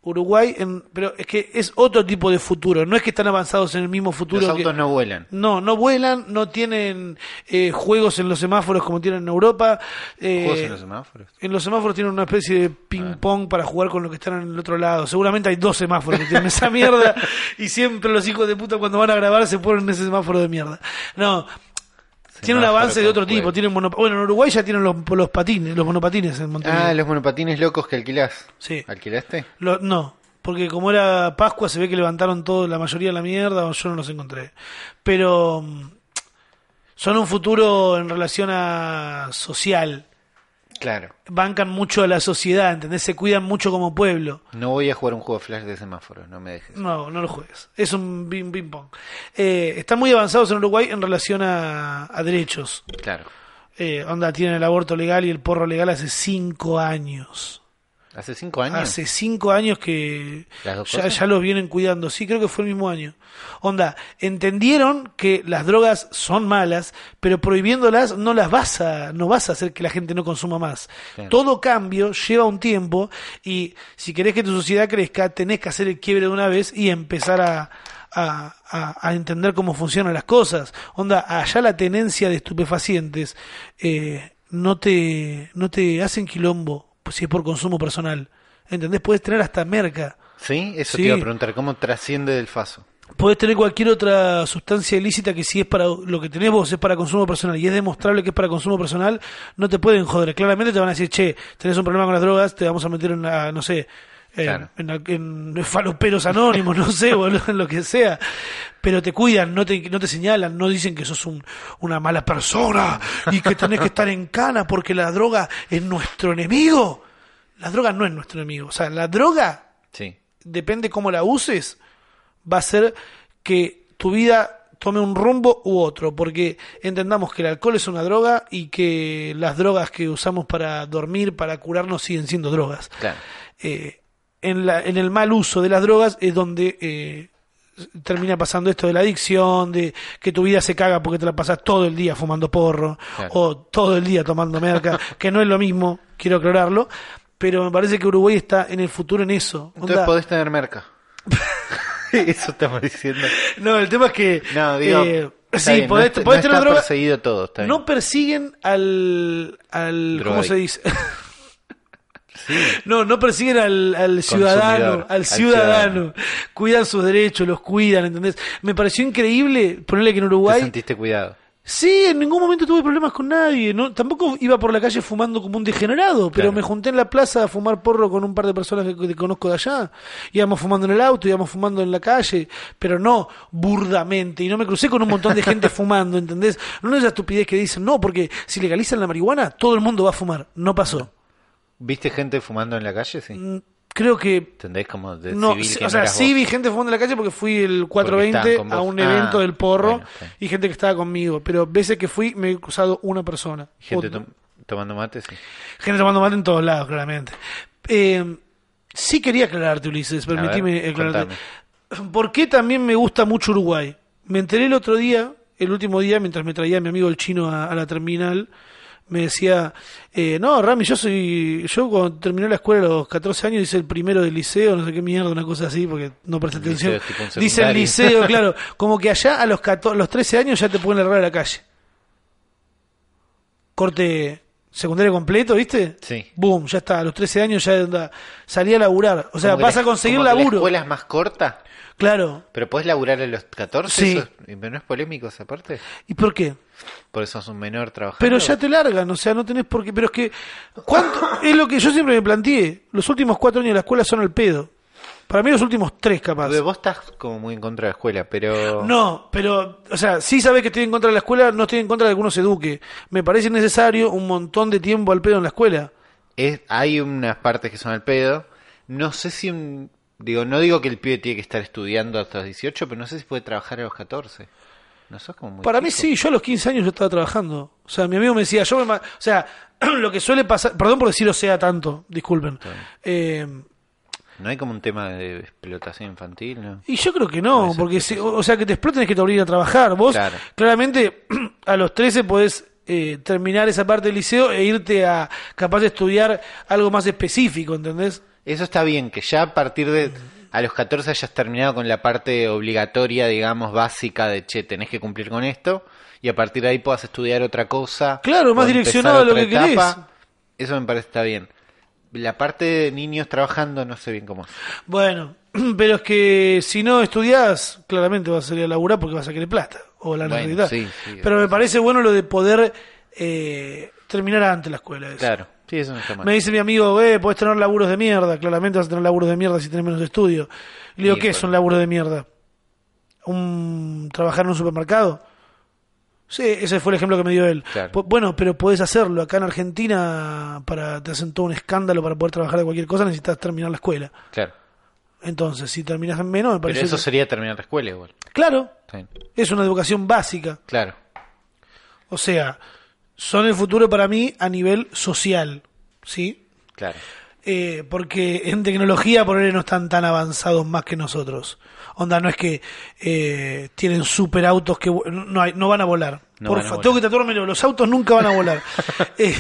S2: Uruguay, en- pero es que es otro tipo de futuro, no es que están avanzados en el mismo futuro.
S1: Los
S2: que-
S1: autos no vuelan.
S2: no, no vuelan, no tienen eh, juegos en los semáforos como tienen en Europa. eh,
S1: ¿Juegos en los semáforos?
S2: en los semáforos tienen una especie de ping-pong para jugar con los que están en el otro lado. Seguramente hay dos semáforos que tienen esa mierda y siempre los hijos de puta cuando van a grabar se ponen en ese semáforo de mierda. No, tiene un
S1: Semáforo
S2: avance de
S1: con
S2: otro tipo.
S1: juego.
S2: Tienen mono- Bueno, en Uruguay ya tienen los, los patines, los monopatines en Montevideo.
S1: Ah, los monopatines locos que alquilás.
S2: Sí.
S1: ¿Alquilaste?
S2: Lo- no, porque como era Pascua se ve que levantaron todo, la mayoría de la mierda, o yo no los encontré. Pero mm, son un futuro en relación a social.
S1: Claro.
S2: Bancan mucho a la sociedad, ¿entendés? Se cuidan mucho como pueblo.
S1: No voy a jugar un juego flash de semáforos, no me dejes.
S2: No, no lo juegues. Es un ping, ping pong. Eh, están muy avanzados en Uruguay en relación a, a derechos.
S1: Claro.
S2: Eh, onda, tienen el aborto legal y el porro legal hace cinco años.
S1: ¿Hace cinco años?
S2: Hace cinco años que
S1: ¿Las dos
S2: ya,
S1: cosas?
S2: ya los vienen cuidando. Sí, creo que fue el mismo año. Onda, entendieron que las drogas son malas, pero prohibiéndolas no las vas a, no vas a hacer que la gente no consuma más.
S1: Claro.
S2: Todo cambio lleva un tiempo y si querés que tu sociedad crezca, tenés que hacer el quiebre de una vez y empezar a, a- a- a entender cómo funcionan las cosas. Onda, allá la tenencia de estupefacientes eh, no, te, no te hacen quilombo pues, si es por consumo personal. ¿Entendés? Puedes tener hasta merca.
S1: ¿Sí? Eso
S2: Sí.
S1: te iba a preguntar, ¿cómo trasciende del faso?
S2: Podés tener cualquier otra sustancia ilícita que si es para lo que tenés vos es para consumo personal y es demostrable que es para consumo personal, no te pueden joder. Claramente te van a decir, che, tenés un problema con las drogas, te vamos a meter en, la- no sé, en,
S1: Claro.
S2: en al- en faloperos anónimos, [LAUGHS] no sé, boludo, en lo que sea. Pero te cuidan, no te, no te señalan, no dicen que sos un- una mala persona y que tenés que estar en cana porque la droga es nuestro enemigo. La droga no es nuestro enemigo. O sea, la droga
S1: Sí.
S2: depende cómo la uses, va a ser que tu vida tome un rumbo u otro, porque entendamos que el alcohol es una droga y que las drogas que usamos para dormir, para curarnos, siguen siendo drogas.
S1: Claro.
S2: Eh, en, la- en el mal uso de las drogas es donde eh, termina pasando esto de la adicción, de que tu vida se caga porque te la pasas todo el día fumando porro
S1: Claro.
S2: o todo el día
S1: [LAUGHS]
S2: tomando merca, que no es lo mismo, quiero aclararlo, pero me parece que Uruguay está en el futuro en eso.
S1: Entonces
S2: Onda-
S1: podés tener
S2: [LAUGHS]
S1: merca. Eso estamos diciendo.
S2: No, el tema es que. [LAUGHS]
S1: No, digo.
S2: eh,
S1: está
S2: sí,
S1: bien,
S2: podés,
S1: no está-
S2: podés
S1: no
S2: tener
S1: está
S2: droga.
S1: perseguido todo, está bien.
S2: No persiguen al. al ¿Cómo
S1: Drogadicto.
S2: se dice?
S1: [LAUGHS] Sí.
S2: No, no persiguen al, al ciudadano, al
S1: al
S2: ciudadano. Cuidan sus derechos, los cuidan, ¿entendés? Me pareció increíble ponerle que en Uruguay.
S1: Te sentiste cuidado.
S2: Sí, en ningún momento tuve problemas con nadie. No, tampoco iba por la calle fumando como un degenerado, pero
S1: Claro.
S2: me junté en la plaza a fumar porro con un par de personas que, que conozco de allá. Íbamos fumando en el auto, íbamos fumando en la calle, pero no burdamente. Y no me crucé con un montón de gente fumando, ¿entendés? No es la estupidez que dicen, no, porque si legalizan la marihuana, todo el mundo va a fumar. No pasó.
S1: ¿Viste gente fumando en la calle? Sí.
S2: Mm, Creo que...
S1: ¿Entendés como de
S2: No,
S1: civil
S2: sí,
S1: que
S2: o
S1: no
S2: sea,
S1: eras
S2: sí
S1: vos?
S2: vi gente fumando en la calle porque fui el
S1: estaban
S2: 420
S1: con vos.
S2: a un
S1: Ah,
S2: evento del porro
S1: bueno, está bien.
S2: y gente que estaba conmigo, pero veces que fui me he cruzado una persona.
S1: Gente
S2: Ot-
S1: tom- tomando mate, sí.
S2: Gente tomando mate en todos lados, claramente. Eh, sí quería aclararte, Ulises, permitime
S1: ver,
S2: aclararte. ¿Por qué también me gusta mucho Uruguay? Me enteré el otro día, el último día, mientras me traía mi amigo el chino a, a la terminal, me decía, eh, no, Rami, yo soy, yo cuando terminé la escuela a los 14 años hice el primero del liceo, no sé qué mierda, una cosa así, porque no presté
S1: El liceo
S2: atención.
S1: es tipo un
S2: Dice el
S1: secundario. [LAUGHS]
S2: liceo, claro, como que allá a los, 14, los 13 años ya te pueden largar a la calle corte secundario completo, ¿viste?
S1: Sí.
S2: Boom, ya está, a los 13 años ya onda, salí a laburar. O sea,
S1: Como que
S2: vas
S1: la-
S2: a conseguir
S1: como que La
S2: laburo.
S1: escuela es más corta,
S2: Claro.
S1: pero podés laburar a los 14.
S2: Sí.
S1: eso es- pero no es polémico esa parte.
S2: ¿Y por qué?
S1: Por eso es un menor trabajando.
S2: Pero ya te largan, o sea, no tenés por qué. Pero es que,
S1: [COUGHS]
S2: ¿cuánto? es lo que yo siempre me planteé. Los últimos cuatro años de la escuela son el pedo. Para mí, los últimos tres, capaz.
S1: Porque Vos estás como muy en contra de la escuela, pero.
S2: No, pero, o sea, sí sabés que estoy en contra de la escuela, no estoy en contra de que uno se eduque. Me parece necesario un montón de tiempo al pedo en la escuela.
S1: Es, hay unas partes que son al pedo. No sé si un- Digo, no digo que el pibe tiene que estar estudiando hasta los 18, pero no sé si puede trabajar a los 14. No sos como muy
S2: Para mí
S1: chico.
S2: sí, yo a los 15 años yo estaba trabajando. O sea, mi amigo me decía, yo me... ma- O sea, [CLEARS THROAT] lo que suele pasar... Perdón por decir o sea tanto, disculpen. Eh,
S1: No hay como un tema de explotación infantil, ¿no?
S2: y yo creo
S1: Puede
S2: que no,
S1: ser
S2: porque
S1: que
S2: si-
S1: sí.
S2: o o sea, que te exploten es que te obliguen a trabajar. Vos,
S1: Claro.
S2: claramente, [CLEARS THROAT] a los 13 podés eh, terminar esa parte del liceo e irte a capaz de estudiar algo más específico, ¿entendés?
S1: Eso está bien, que ya a partir de a los 14 hayas terminado con la parte obligatoria, digamos, básica de, che, tenés que cumplir con esto, y a partir de ahí puedas estudiar otra cosa.
S2: Claro, más
S1: o empezar
S2: direccionado a lo
S1: otra
S2: que querés.
S1: Eso me parece está bien. La parte de niños trabajando, no sé bien cómo. es.
S2: Bueno, [CLEARS THROAT] pero es que si no estudiás, claramente vas a salir a laburar porque vas a querer plata o la
S1: Bueno,
S2: necesidad.
S1: sí, sí.
S2: pero me parece bueno lo de poder eh, terminar antes la escuela. eso.
S1: Claro, sí, eso no está mal.
S2: Me dice mi amigo, eh, podés tener laburos de mierda. Claramente vas a tener laburos de mierda si tenés menos estudio. Y le digo,
S1: Sí,
S2: ¿qué
S1: bueno.
S2: es un laburo de mierda? ¿Un trabajar en un supermercado? Sí, ese fue el ejemplo que me dio él.
S1: Claro.
S2: Po- Bueno, pero podés hacerlo. Acá en Argentina para te hacen todo un escándalo para poder trabajar de cualquier cosa, necesitas terminar la escuela.
S1: Claro.
S2: Entonces, si terminas en menos, me
S1: Pero
S2: parece
S1: eso
S2: que-
S1: sería terminar la escuela igual.
S2: Claro,
S1: Está bien.
S2: es una educación básica.
S1: Claro,
S2: O sea, son el futuro para mí a nivel social, ¿sí?
S1: claro.
S2: Eh, porque en tecnología por ahí no están tan avanzados más que nosotros. Onda, no es que eh, tienen superautos que vu- no, hay- no van a volar.
S1: No
S2: por
S1: van a
S2: favor,
S1: volar.
S2: tengo que tatuármelo, los autos nunca van a volar.
S1: [LAUGHS]
S2: Eh,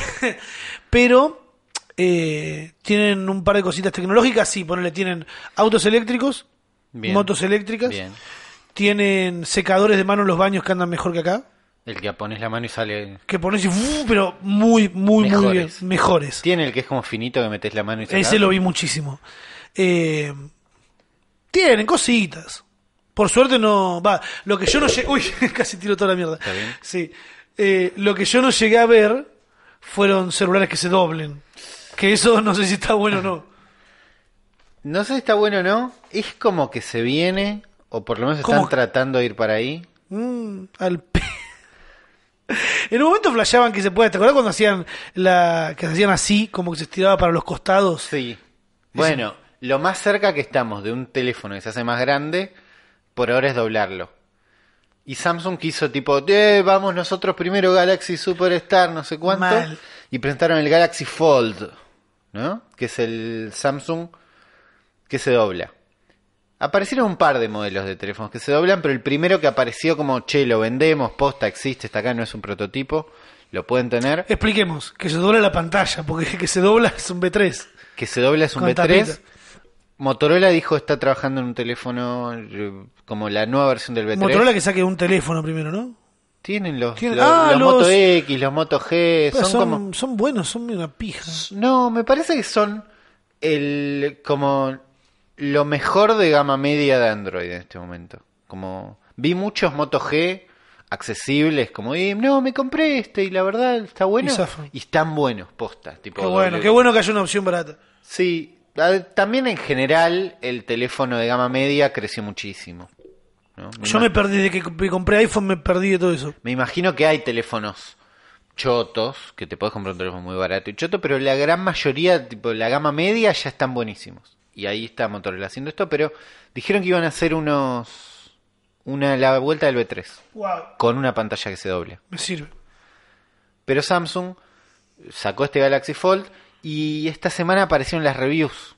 S2: pero eh, tienen un par de cositas tecnológicas, sí, ponele, tienen autos eléctricos,
S1: Bien.
S2: motos eléctricas,
S1: Bien.
S2: tienen secadores de mano en los baños que andan mejor que acá.
S1: El que pones la mano y sale.
S2: Que pones y ¡fu! pero muy, muy, muy bien.
S1: Mejores.
S2: Mejores.
S1: Tiene el que es como finito que metes la mano y sale.
S2: Ese lo vi muchísimo. Eh, tienen cositas. Por suerte no. Va. Lo que yo no llegué. Uy, [LAUGHS] casi tiro toda la mierda.
S1: bien?
S2: Sí. Eh, lo que yo no llegué a ver fueron celulares que se doblen. Que eso no sé si está bueno o no.
S1: No sé si está bueno o no. Es como que se viene, o por lo menos
S2: ¿Cómo?
S1: están tratando de ir para ahí.
S2: Mm, al pe- [LAUGHS] En un momento flasheaban que se puede. ¿Te acuerdas cuando hacían la. que se hacían así, como que se estiraba para los costados?
S1: Sí. Bueno, lo más cerca que estamos de un teléfono que se hace más grande, por ahora es doblarlo. Y Samsung quiso tipo, eh, vamos nosotros primero Galaxy Superstar, no sé cuánto.
S2: Mal.
S1: Y presentaron el Galaxy Fold, ¿no? Que es el Samsung que se dobla. Aparecieron un par de modelos de teléfonos que se doblan, pero el primero que apareció como, che, lo vendemos, posta, existe, está acá, no es un prototipo, lo pueden tener.
S2: Expliquemos, que se dobla la pantalla, porque [LAUGHS] que se dobla es un B3.
S1: que se dobla es un
S2: Con
S1: B3.
S2: tapita.
S1: Motorola dijo está trabajando en un teléfono eh, como la nueva versión del B3.
S2: Motorola que saque un teléfono primero, ¿no?
S1: Tienen los,
S2: Tiene-
S1: los,
S2: ah,
S1: los
S2: los-
S1: Moto X, los Moto G, Eh,
S2: Pero
S1: son,
S2: Ah, Son,
S1: como...
S2: son buenos, son una pija.
S1: No, me parece que son el como lo mejor de gama media de Android en este momento. Como vi muchos Moto G accesibles, como, "Eh, no, me compré este y la verdad está bueno.
S2: Y zafan.
S1: Y están buenos, postas. Tipo
S2: Qué bueno,
S1: W.
S2: qué bueno que haya una opción barata.
S1: Sí, a- también en general el teléfono de gama media creció muchísimo. ¿no? Me,
S2: Yo
S1: ima-
S2: me perdí, desde que comp- compré iPhone me perdí de todo eso.
S1: me imagino que hay teléfonos chotos, que te puedes comprar un teléfono muy barato y choto, pero la gran mayoría, tipo la gama media, ya están buenísimos. Y ahí está Motorola haciendo esto, pero dijeron que iban a hacer unos... Una, la vuelta del B3,
S2: Wow.
S1: con una pantalla que se doble.
S2: Me sirve.
S1: Pero Samsung sacó este Galaxy Fold y esta semana aparecieron las reviews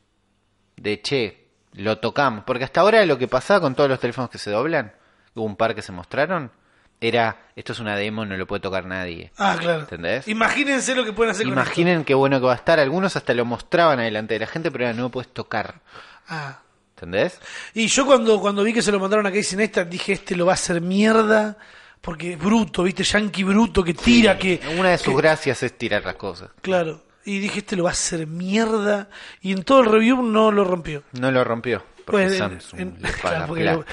S1: de che, lo tocamos. Porque hasta ahora lo que pasaba con todos los teléfonos que se doblan, hubo un par que se mostraron, era esto es una demo, no lo puede tocar nadie.
S2: Ah, claro.
S1: ¿Entendés?
S2: Imagínense lo que pueden hacer con
S1: Imaginen qué bueno que va a estar. Algunos hasta lo mostraban adelante de la gente, pero era no lo puedes tocar.
S2: esto. Ah.
S1: ¿Entendés?
S2: Y yo cuando, cuando vi que se lo mandaron a Casey Neistat dije, este lo va a hacer mierda, porque es bruto, viste, yankee bruto, que tira, que...
S1: Una de sus gracias es tirar las cosas.
S2: Claro. Y dije, este lo va a hacer mierda. Y en todo el review no lo rompió.
S1: No lo rompió. Porque
S2: Pues, en-
S1: Samsung
S2: [LAUGHS] en-
S1: le
S2: claro,
S1: paga
S2: porque
S1: plata.
S2: lo-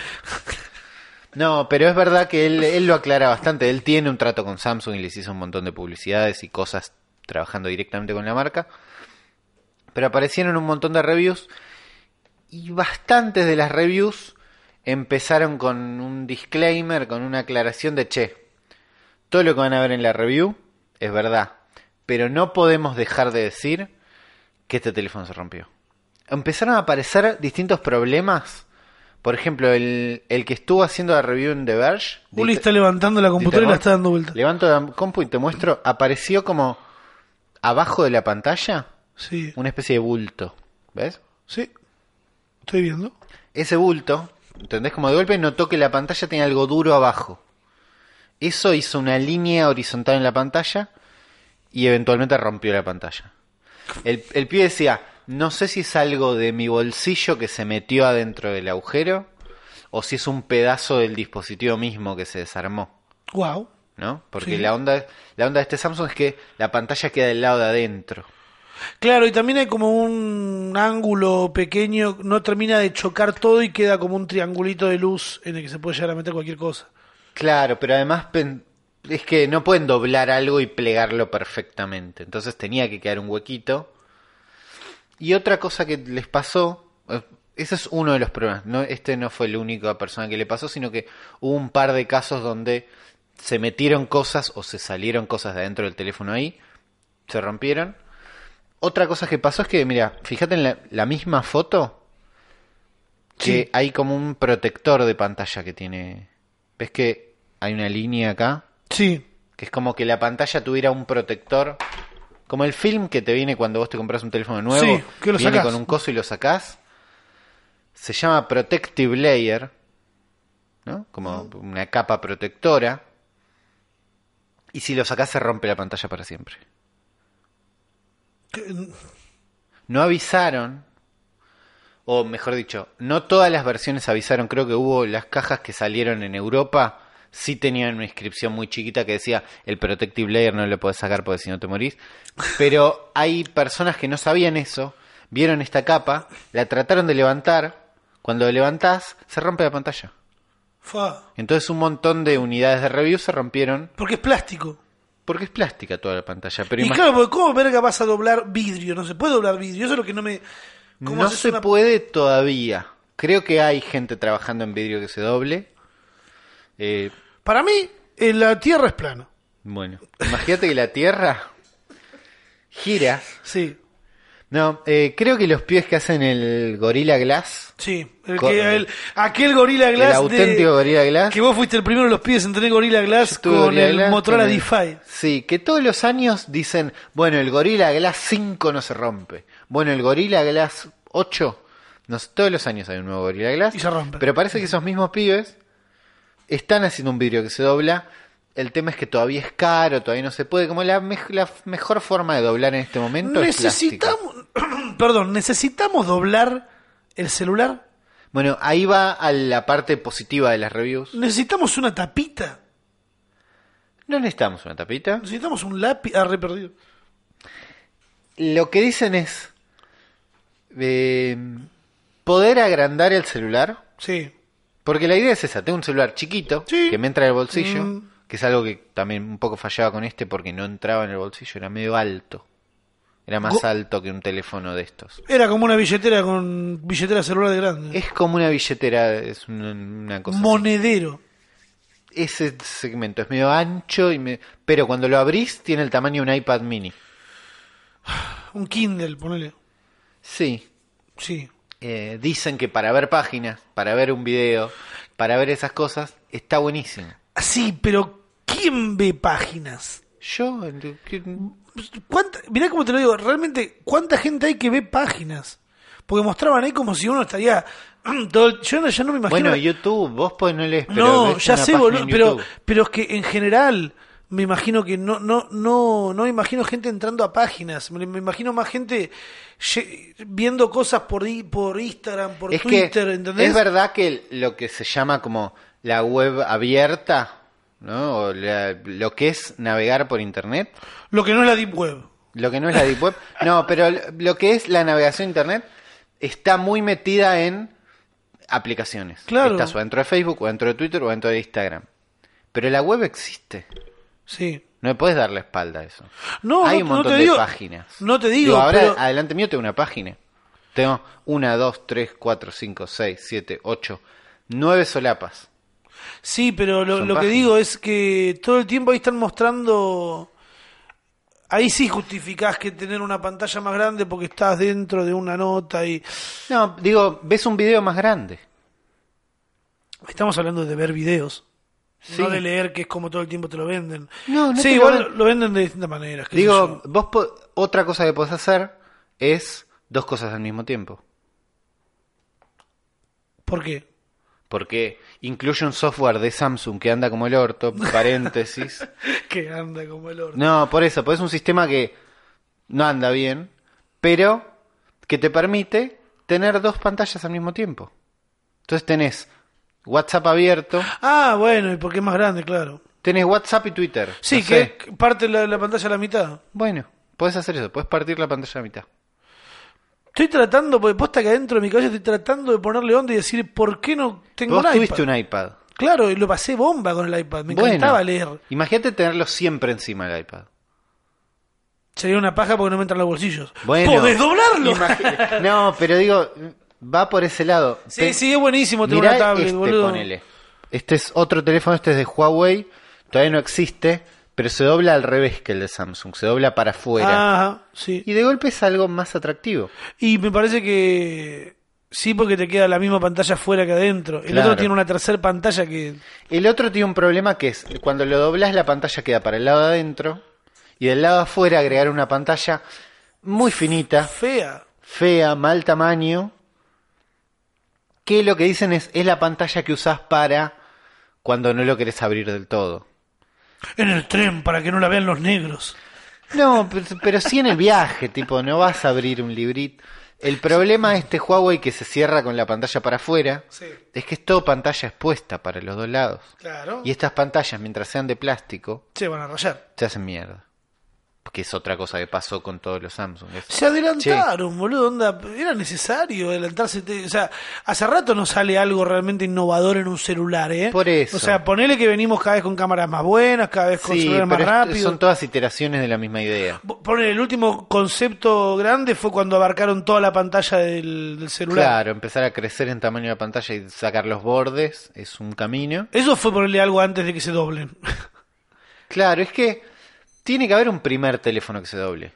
S1: No, pero es verdad que él, él lo aclara bastante. Él tiene un trato con Samsung y les hizo un montón de publicidades y cosas trabajando directamente con la marca. Pero aparecieron un montón de reviews y bastantes de las reviews empezaron con un disclaimer, con una aclaración de che, todo lo que van a ver en la review es verdad, pero no podemos dejar de decir que este teléfono se rompió. Empezaron a aparecer distintos problemas. Por ejemplo, el, el que estuvo haciendo la review en The Verge.
S2: Uli
S1: Dieter-
S2: está levantando la computadora y la está dando vuelta.
S1: Levanto la compu y te muestro. Apareció como abajo de la pantalla
S2: Sí.
S1: una especie de bulto. ¿Ves?
S2: Sí. Estoy viendo.
S1: Ese bulto, ¿entendés? Como de golpe notó que la pantalla tenía algo duro abajo. Eso hizo una línea horizontal en la pantalla y eventualmente rompió la pantalla. El, el pibe decía, No sé si es algo de mi bolsillo que se metió adentro del agujero o si es un pedazo del dispositivo mismo que se desarmó,
S2: Wow.
S1: ¿no? Porque
S2: Sí.
S1: la onda la onda de este Samsung es que la pantalla queda del lado de adentro.
S2: Claro, y también hay como un ángulo pequeño, no termina de chocar todo y queda como un triangulito de luz en el que se puede llegar a meter cualquier cosa.
S1: Claro, pero además pen- es que no pueden doblar algo y plegarlo perfectamente. Entonces tenía que quedar un huequito. Y otra cosa que les pasó, eh, ese es uno de los problemas. No, este no fue la única persona que le pasó, sino que hubo un par de casos donde se metieron cosas o se salieron cosas de adentro del teléfono ahí, se rompieron. Otra cosa que pasó es que, mira, fíjate en la, la misma foto que
S2: Sí.
S1: hay como un protector de pantalla que tiene. ¿Ves que hay una línea acá?
S2: Sí.
S1: Que es como que la pantalla tuviera un protector. Como el film que te viene cuando vos te compras un teléfono nuevo.
S2: Sí, que lo
S1: viene
S2: sacás.
S1: con un coso y lo sacás. Se llama Protective Layer. ¿No? Como
S2: Mm.
S1: una capa protectora. Y si lo sacás se rompe la pantalla para siempre. No avisaron. O mejor dicho, no todas las versiones avisaron. Creo que hubo las cajas que salieron en Europa. Sí tenían una inscripción muy chiquita que decía el protective layer no lo podés sacar porque si no te morís. Pero hay personas que no sabían eso, vieron esta capa, la trataron de levantar. Cuando levantás, se rompe la pantalla.
S2: Fa.
S1: Entonces un montón de unidades de review se rompieron
S2: Porque es plástico.
S1: porque es plástica toda la pantalla. Pero
S2: y
S1: imag-
S2: claro, porque ¿cómo verga vas a doblar vidrio? No se puede doblar vidrio. Eso es lo que no me. ¿Cómo
S1: No
S2: haces
S1: se
S2: una-
S1: puede todavía. Creo que hay gente trabajando en vidrio que se doble. Eh,
S2: Para mí, eh, la tierra es plana.
S1: bueno, imagínate que la Tierra gira.
S2: Sí.
S1: No, eh, creo que los pies que hacen el Gorilla Glass,
S2: Sí. El
S1: Con-
S2: que- el- aquel Gorilla Glass.
S1: eh, el
S2: de-
S1: auténtico Gorilla Glass,
S2: Que vos fuiste el primero de los pies en tener Gorilla Glass
S1: tuvo
S2: con
S1: Gorilla
S2: el
S1: Glass,
S2: Motorola
S1: con el-
S2: DeFi.
S1: Sí, que todos los años dicen, bueno, el Gorilla Glass 5 no se rompe. Bueno, el Gorilla Glass 8, no sé, todos los años hay un nuevo Gorilla Glass.
S2: Y se rompe.
S1: Pero parece que esos mismos pibes están haciendo un vidrio que se dobla. El tema es que todavía es caro, todavía no se puede. Como la, mej- la mejor forma de doblar en este momento es plástica.
S2: Necesitamos. [CLEARS THROAT] perdón, necesitamos doblar el celular.
S1: Bueno, ahí va a la parte positiva de las reviews.
S2: Necesitamos una tapita.
S1: No necesitamos una tapita.
S2: Necesitamos un lápiz. Ah, re perdido.
S1: Lo que dicen es eh, poder agrandar el celular.
S2: Sí.
S1: Porque la idea es esa, tengo un celular chiquito
S2: Sí.
S1: que me entra en el bolsillo,
S2: Mm.
S1: que es algo que también un poco fallaba con este porque no entraba en el bolsillo, era medio alto. Era más
S2: Go-
S1: alto que un teléfono de estos.
S2: Era como una billetera con billetera celular de grande.
S1: Es como una billetera, es una, una cosa. así.
S2: Monedero.
S1: Ese segmento es medio ancho y me- pero cuando lo abrís tiene el tamaño de un iPad mini.
S2: Un Kindle, ponele.
S1: Sí.
S2: Sí.
S1: Eh, dicen que para ver páginas, para ver un video, para ver esas cosas, está buenísimo.
S2: Sí, pero ¿quién ve páginas?
S1: Yo, ¿qué-
S2: ¿Cuánta, mirá cómo te lo digo, realmente, ¿cuánta gente hay que ve páginas? Porque mostraban ahí como si uno estaría. [CLEARS THROAT] todo el- yo no- ya no me imagino.
S1: bueno, YouTube, vos pues no lees, pero
S2: no,
S1: ves
S2: ya
S1: una
S2: sé,
S1: página
S2: boludo,
S1: en
S2: pero,
S1: YouTube.
S2: pero es que en general me imagino que no, no, no, no me imagino gente entrando a páginas. Me, me imagino más gente ye- viendo cosas por, i- por Instagram, por
S1: es
S2: Twitter,
S1: que
S2: ¿entendés?
S1: es verdad que lo que se llama como la web abierta, ¿no? O la- lo que es navegar por internet,
S2: Lo que no es la Deep Web.
S1: lo que no es la deep web, no, pero lo que es la navegación internet está muy metida en aplicaciones.
S2: Claro.
S1: Estás o dentro de Facebook, o dentro de Twitter, o dentro de Instagram. Pero la web existe.
S2: Sí.
S1: No le puedes dar la espalda a eso.
S2: No,
S1: Hay
S2: no-
S1: un
S2: no
S1: montón
S2: te
S1: de
S2: digo-
S1: páginas.
S2: no te digo,
S1: ahora
S2: pero-
S1: adelante mío tengo una página. Tengo una, dos, tres, cuatro, cinco, seis, siete, ocho, nueve solapas.
S2: Sí, pero lo,
S1: Son
S2: lo que
S1: páginas.
S2: digo es que todo el tiempo ahí están mostrando. Ahí sí justificás que tener una pantalla más grande porque estás dentro de una nota y.
S1: No, digo, ves un video más grande.
S2: Estamos hablando de ver videos.
S1: Sí.
S2: No de leer, que es como todo el tiempo te lo venden.
S1: No, no
S2: sí,
S1: te lo
S2: igual lo,
S1: ven-
S2: venden de distintas maneras. qué sé
S1: Digo,
S2: yo.
S1: vos po- otra cosa que podés hacer es dos cosas al mismo tiempo.
S2: ¿por qué? [LAUGHS]
S1: Porque incluye un software de Samsung que anda como el
S2: [LAUGHS]
S1: orto, paréntesis.
S2: que anda como el orden.
S1: No, por eso, pues es un sistema que no anda bien, pero que te permite tener dos pantallas al mismo tiempo. Entonces tenés WhatsApp abierto,
S2: Ah, bueno, y porque es más grande, claro.
S1: tenés WhatsApp y Twitter.
S2: Sí,
S1: No sé.
S2: que parte la, la pantalla a la mitad.
S1: Bueno, puedes hacer eso, puedes partir la pantalla a la mitad.
S2: Estoy tratando, porque posta que adentro de mi cabeza estoy tratando de ponerle onda y decir, ¿por qué no tengo
S1: Vos
S2: un iPad?
S1: tuviste un iPad.
S2: Claro, y lo pasé bomba con el iPad. Me
S1: Bueno,
S2: encantaba leer.
S1: Imagínate tenerlo siempre encima del iPad.
S2: Sería una paja porque no me entran los bolsillos.
S1: Bueno.
S2: ¡Podés doblarlo!
S1: Imagi- no, pero digo, va por ese lado.
S2: [LAUGHS] sí,
S1: Pe-
S2: sí, es buenísimo tener
S1: Mirá
S2: una tablet,
S1: este,
S2: boludo.
S1: ponele. Este es otro teléfono, este es de Huawei, todavía no existe, pero se dobla al revés que el de Samsung, se dobla para afuera.
S2: Ajá, sí.
S1: Y de golpe es algo más atractivo.
S2: Y me parece que sí, porque te queda la misma pantalla fuera que adentro. El
S1: Claro.
S2: otro tiene una tercera pantalla que...
S1: El otro tiene un problema que es, cuando lo doblas la pantalla queda para el lado de adentro y del lado de afuera agregar una pantalla muy finita,
S2: Fea.
S1: fea, mal tamaño, que lo que dicen es, es la pantalla que usás para cuando no lo querés abrir del todo.
S2: En el tren, para que no la vean los negros.
S1: No, pero, pero sí en el viaje, tipo, no vas a abrir un librito. El problema de este Huawei que se cierra con la pantalla para afuera
S2: Sí,
S1: es que es todo pantalla expuesta para los dos lados.
S2: claro.
S1: Y estas pantallas, mientras sean de plástico,
S2: Se van a rayar.
S1: se hacen mierda. Que es otra cosa que pasó con todos los Samsung. Es-
S2: Se adelantaron, boludo, onda, era necesario adelantarse. te- o sea, hace rato no sale algo realmente innovador en un celular, ¿eh?
S1: Por eso.
S2: O sea, ponele que venimos cada vez con cámaras más buenas, cada vez con
S1: Sí,
S2: celulares más
S1: pero es-
S2: rápidos.
S1: son todas iteraciones de la misma idea.
S2: Ponele, el último concepto grande fue cuando abarcaron toda la pantalla del, del celular.
S1: Claro, empezar a crecer en tamaño de la pantalla y sacar los bordes es un camino.
S2: Eso fue ponerle algo antes de que se doblen.
S1: Claro, es que tiene que haber un primer teléfono que se doble.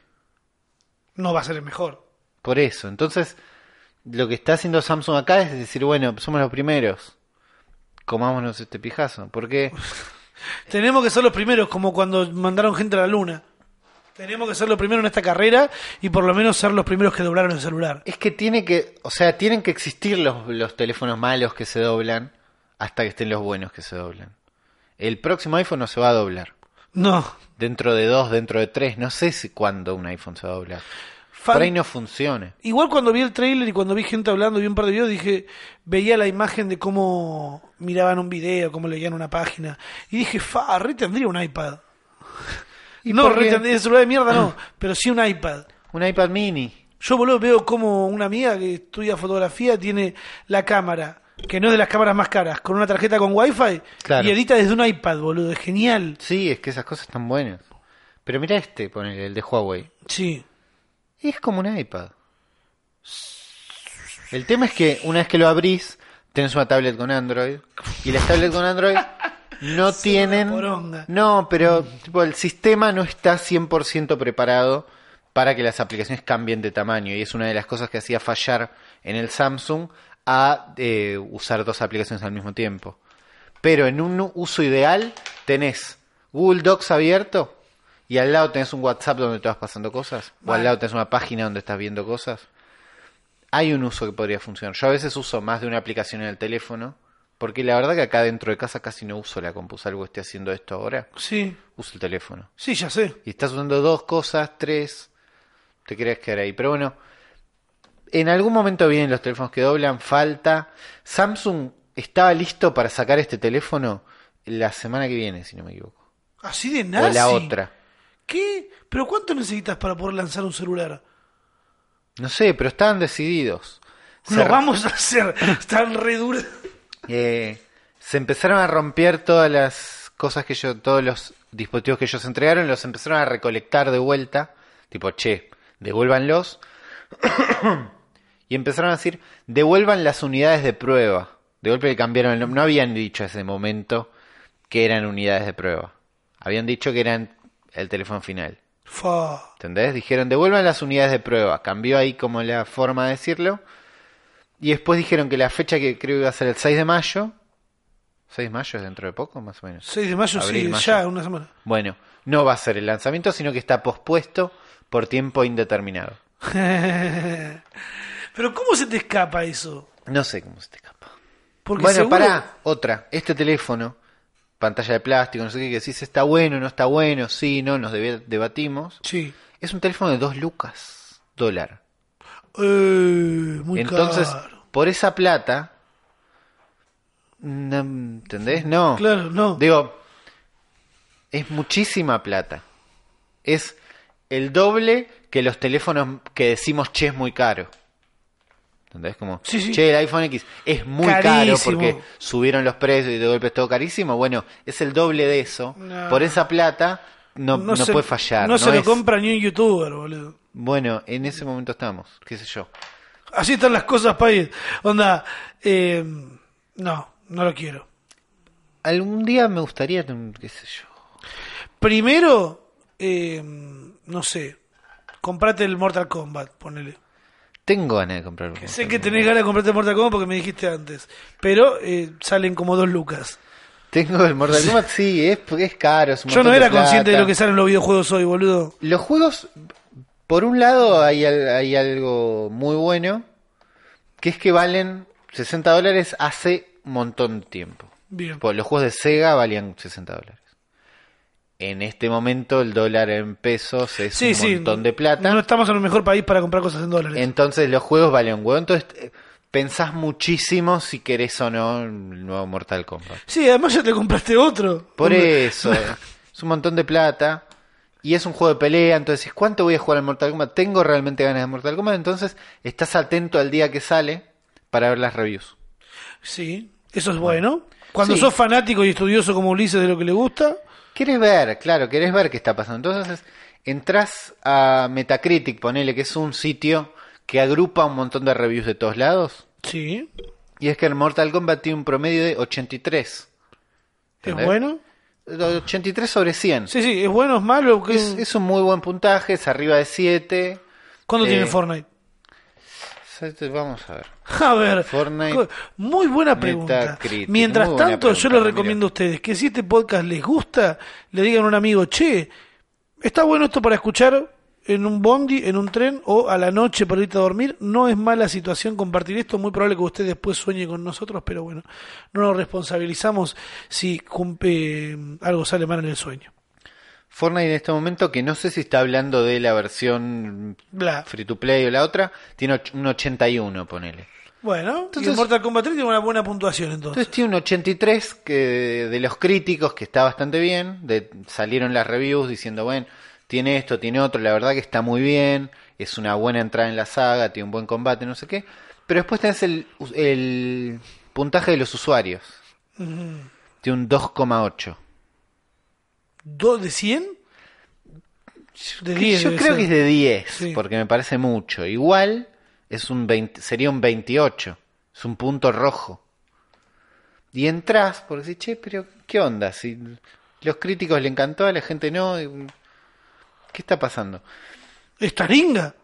S2: [LAUGHS] no va a ser el mejor.
S1: Por eso. Entonces, lo que está haciendo Samsung acá es decir, bueno, somos los primeros. Comámonos este pijazo. Porque,
S2: Tenemos que ser los primeros, como cuando mandaron gente a la luna. Tenemos que ser los primeros en esta carrera y por lo menos ser los primeros que doblaron el celular.
S1: es que tiene que, o sea, tienen que existir los, los teléfonos malos que se doblan hasta que estén los buenos que se doblan. El próximo iPhone no se va a doblar.
S2: No.
S1: Dentro de dos, dentro de tres, no sé si cuándo un iPhone se va a doblar.
S2: Fan-
S1: Por ahí no funcione.
S2: Igual cuando vi el trailer y cuando vi gente hablando, vi un par de videos, dije, veía la imagen de cómo miraban un video, cómo leían una página. Y dije, fa, re tendría un iPad.
S1: ¿Y
S2: no,
S1: por
S2: re
S1: qué?
S2: tendría el celular de
S1: [CLEARS THROAT]
S2: mierda, no, pero sí un iPad.
S1: Un iPad mini.
S2: Yo, boludo, veo como una amiga que estudia fotografía tiene la cámara, que no es de las cámaras más caras, con una tarjeta con wifi
S1: Claro.
S2: y edita desde un iPad, boludo. Es genial.
S1: Sí, es que esas cosas están buenas. Pero mira este, ponele, el de Huawei.
S2: Sí.
S1: Es como un iPad. El tema es que una vez que lo abrís, tenés una tablet con Android. Y las tablets con Android no tienen...
S2: poronga.
S1: No, pero tipo, el sistema no está 100% preparado para que las aplicaciones cambien de tamaño. Y es una de las cosas que hacía fallar en el Samsung a eh, usar dos aplicaciones al mismo tiempo. Pero en un uso ideal tenés Google Docs abierto y al lado tenés un WhatsApp donde te vas pasando cosas. O
S2: Vale.
S1: al lado tenés una página donde estás viendo cosas. Hay un uso que podría funcionar. Yo a veces uso más de una aplicación en el teléfono. Porque la verdad que acá dentro de casa casi no uso la compu, salvo que esté haciendo esto ahora.
S2: Sí.
S1: Uso el teléfono.
S2: Sí, ya sé.
S1: Y estás usando dos cosas, tres. Te querés quedar ahí. Pero bueno, en algún momento vienen los teléfonos que doblan, falta. Samsung estaba listo para sacar este teléfono la semana que viene, si no me equivoco.
S2: Así de
S1: O
S2: nazi.
S1: la otra.
S2: ¿Qué? ¿Pero cuánto necesitas para poder lanzar un celular?
S1: No sé, pero estaban decididos. Se
S2: Lo
S1: re-
S2: vamos a hacer. Están re duros.
S1: Eh, se empezaron a romper todas las cosas que yo, todos los dispositivos que ellos entregaron, los empezaron a recolectar de vuelta, tipo, che, devuélvanlos. [COUGHS] y empezaron a decir, devuelvan las unidades de prueba. De golpe le cambiaron el nombre, no habían dicho ese momento que eran unidades de prueba. Habían dicho que eran el teléfono final.
S2: Fa.
S1: ¿Entendés? Dijeron, devuelvan las unidades de prueba. Cambió ahí como la forma de decirlo. Y después dijeron que la fecha que creo iba a ser el 6 de mayo. 6 de mayo es dentro de poco, más o menos.
S2: 6 de mayo,
S1: Abril,
S2: sí,
S1: mayo.
S2: ya, una semana. [LAUGHS]
S1: Bueno, no va a ser el lanzamiento, sino que está pospuesto por tiempo indeterminado.
S2: Pero ¿cómo se te escapa eso?
S1: No sé cómo se te escapa.
S2: Porque
S1: bueno,
S2: seguro-
S1: pará, otra. Este teléfono, pantalla de plástico, no sé qué, que decís, está bueno, no está bueno, sí, no, nos debe- debatimos.
S2: Sí.
S1: Es un teléfono de 2 lucas, dólar.
S2: Eh, muy
S1: Entonces,
S2: caro.
S1: por esa plata, no, ¿entendés? No.
S2: Claro, no.
S1: Digo, es muchísima plata. Es el doble que los teléfonos que decimos che es muy caro. ¿Entendés? Como,
S2: Sí, sí.
S1: che, el iPhone X es muy caro
S2: Carísimo.
S1: porque subieron los precios y de golpe es todo carísimo. Bueno, es el doble de eso.
S2: No.
S1: Por esa plata no, no
S2: se-
S1: puede fallar.
S2: No, se lo
S1: es-
S2: compra ni un youtuber, boludo.
S1: Bueno, en ese momento estamos, qué sé yo.
S2: Así están las cosas, país. Onda, eh, no, no lo quiero.
S1: Algún día me gustaría, mm, qué sé yo.
S2: Primero, eh, no sé, comprate el Mortal Kombat, ponele.
S1: Tengo ganas de comprar uno.
S2: Sé que tenés ganas de comprarte el Mortal Kombat porque me dijiste antes, pero eh, salen como dos lucas.
S1: Tengo el Mortal Kombat, sí, es, es caro. es un
S2: Yo no
S1: montón de
S2: era consciente de
S1: plata.
S2: lo que salen los videojuegos hoy, boludo.
S1: Los juegos, por un lado, hay, al- hay algo muy bueno, que es que valen 60 dólares hace un montón de tiempo.
S2: Bien.
S1: Pues los juegos de Sega valían 60 dólares. En este momento el dólar en pesos es
S2: Sí,
S1: un
S2: sí.
S1: montón de plata.
S2: No estamos en el mejor país para comprar cosas en dólares.
S1: Entonces los juegos valen un huevo. Entonces eh, pensás muchísimo si querés o no el nuevo Mortal Kombat.
S2: Sí, además ya te compraste otro.
S1: Por e-
S2: Hombre,
S1: eso, es un montón de plata. Y es un juego de pelea, entonces, ¿cuánto voy a jugar al Mortal Kombat? Tengo realmente ganas de Mortal Kombat, entonces estás atento al día que sale para ver las reviews.
S2: Sí, eso es bueno. Cuando
S1: Sí.
S2: sos fanático y estudioso como Ulises de lo que le gusta,
S1: Quieres ver, claro, querés ver qué está pasando. Entonces, entras a Metacritic, ponele que es un sitio que agrupa un montón de reviews de todos lados.
S2: sí,
S1: Y es que el Mortal Kombat tiene un promedio de 83.
S2: es
S1: ¿Entendés?
S2: bueno.
S1: 83 sobre 100.
S2: Sí, sí, es bueno, es malo. ¿qué-
S1: Es, es un muy buen puntaje, es arriba de 7.
S2: ¿Cuándo
S1: eh,
S2: tiene Fortnite?
S1: Vamos a ver.
S2: A ver,
S1: Fortnite,
S2: co- muy buena pregunta.
S1: Metacritic,
S2: Mientras
S1: muy buena
S2: tanto, yo
S1: pregunta,
S2: les
S1: mira.
S2: recomiendo a ustedes que si este podcast les gusta, le digan a un amigo, che, está bueno esto para escuchar en un bondi, en un tren o a la noche para irte a dormir. No es mala situación compartir esto, muy probable que usted después sueñe con nosotros, pero bueno, no nos responsabilizamos si cum- eh, algo sale mal en el sueño.
S1: Fortnite en este momento, que no sé si está hablando de la versión
S2: Bla.
S1: free to play o la otra, tiene och- un 81, ponele.
S2: Bueno, entonces
S1: Entonces-
S2: Mortal Kombat 3 tiene una buena puntuación entonces.
S1: Entonces tiene un 83 que de los críticos, que está bastante bien. De, salieron las reviews diciendo, bueno, tiene esto, tiene otro, la verdad que está muy bien, es una buena entrada en la saga, tiene un buen combate, no sé qué. Pero después tenés el, el puntaje de los usuarios. Tiene un 2,8.
S2: ¿Dos de 100? De
S1: Que
S2: 10
S1: Yo
S2: debe
S1: creo
S2: ser.
S1: que es de 10,
S2: Sí.
S1: porque me parece mucho. Igual es un 20 sería un 28, es un punto rojo. Y entras porque decís, che, pero ¿qué onda? Si los críticos le encantó, a la gente no. y- ¿Qué está pasando?
S2: ¿Es taringa?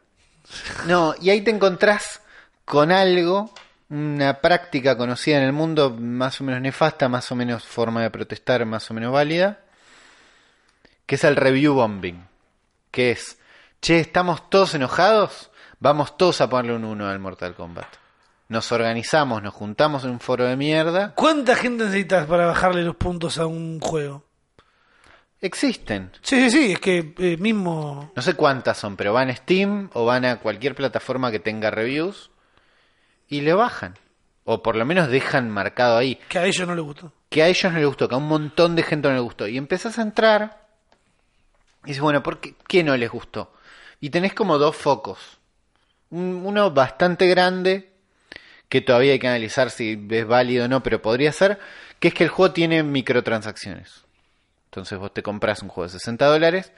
S1: No, y ahí te encontrás con algo, una práctica conocida en el mundo, más o menos nefasta, más o menos forma de protestar, más o menos válida, que es el review bombing. Que es, che, estamos todos enojados, vamos todos a ponerle un 1 al Mortal Kombat. Nos organizamos, nos juntamos en un foro de mierda.
S2: ¿Cuánta gente necesitas para bajarle los puntos a un juego?
S1: Existen.
S2: Sí, sí, sí, es que eh, mismo...
S1: No sé cuántas son, pero van a Steam o van a cualquier plataforma que tenga reviews y le bajan. O por lo menos dejan marcado ahí.
S2: Que a ellos no les gustó.
S1: que a ellos no les gustó, que a un montón de gente no les gustó. Y empezás a entrar y dices, bueno, ¿por qué, qué no les gustó? Y tenés como dos focos. Un- uno bastante grande, que todavía hay que analizar si es válido o no, pero podría ser, que es que el juego tiene microtransacciones. Entonces vos te compras un juego de 60 dólares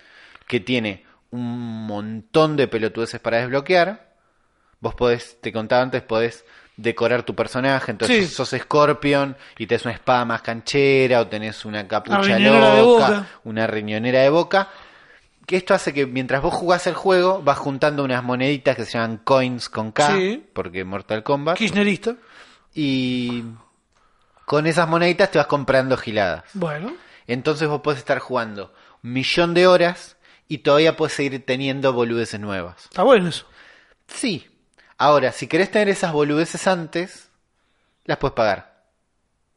S1: que tiene un montón de pelotudeces para desbloquear. Vos podés, te contaba antes, podés decorar tu personaje. Entonces
S2: Sí.
S1: sos Scorpion y tenés una espada más canchera o tenés una capucha
S2: riñonera de
S1: loca,
S2: boca.
S1: una riñonera de boca. Que esto hace que mientras vos jugás el juego vas juntando unas moneditas que se llaman coins con K,
S2: Sí.
S1: porque Mortal Kombat.
S2: Kirchnerista.
S1: Y con esas moneditas te vas comprando giladas.
S2: Bueno.
S1: Entonces vos podés estar jugando un millón de horas y todavía podés seguir teniendo boludeces nuevas.
S2: Está bueno eso.
S1: Sí. Ahora, si querés tener esas boludeces antes, las puedes pagar.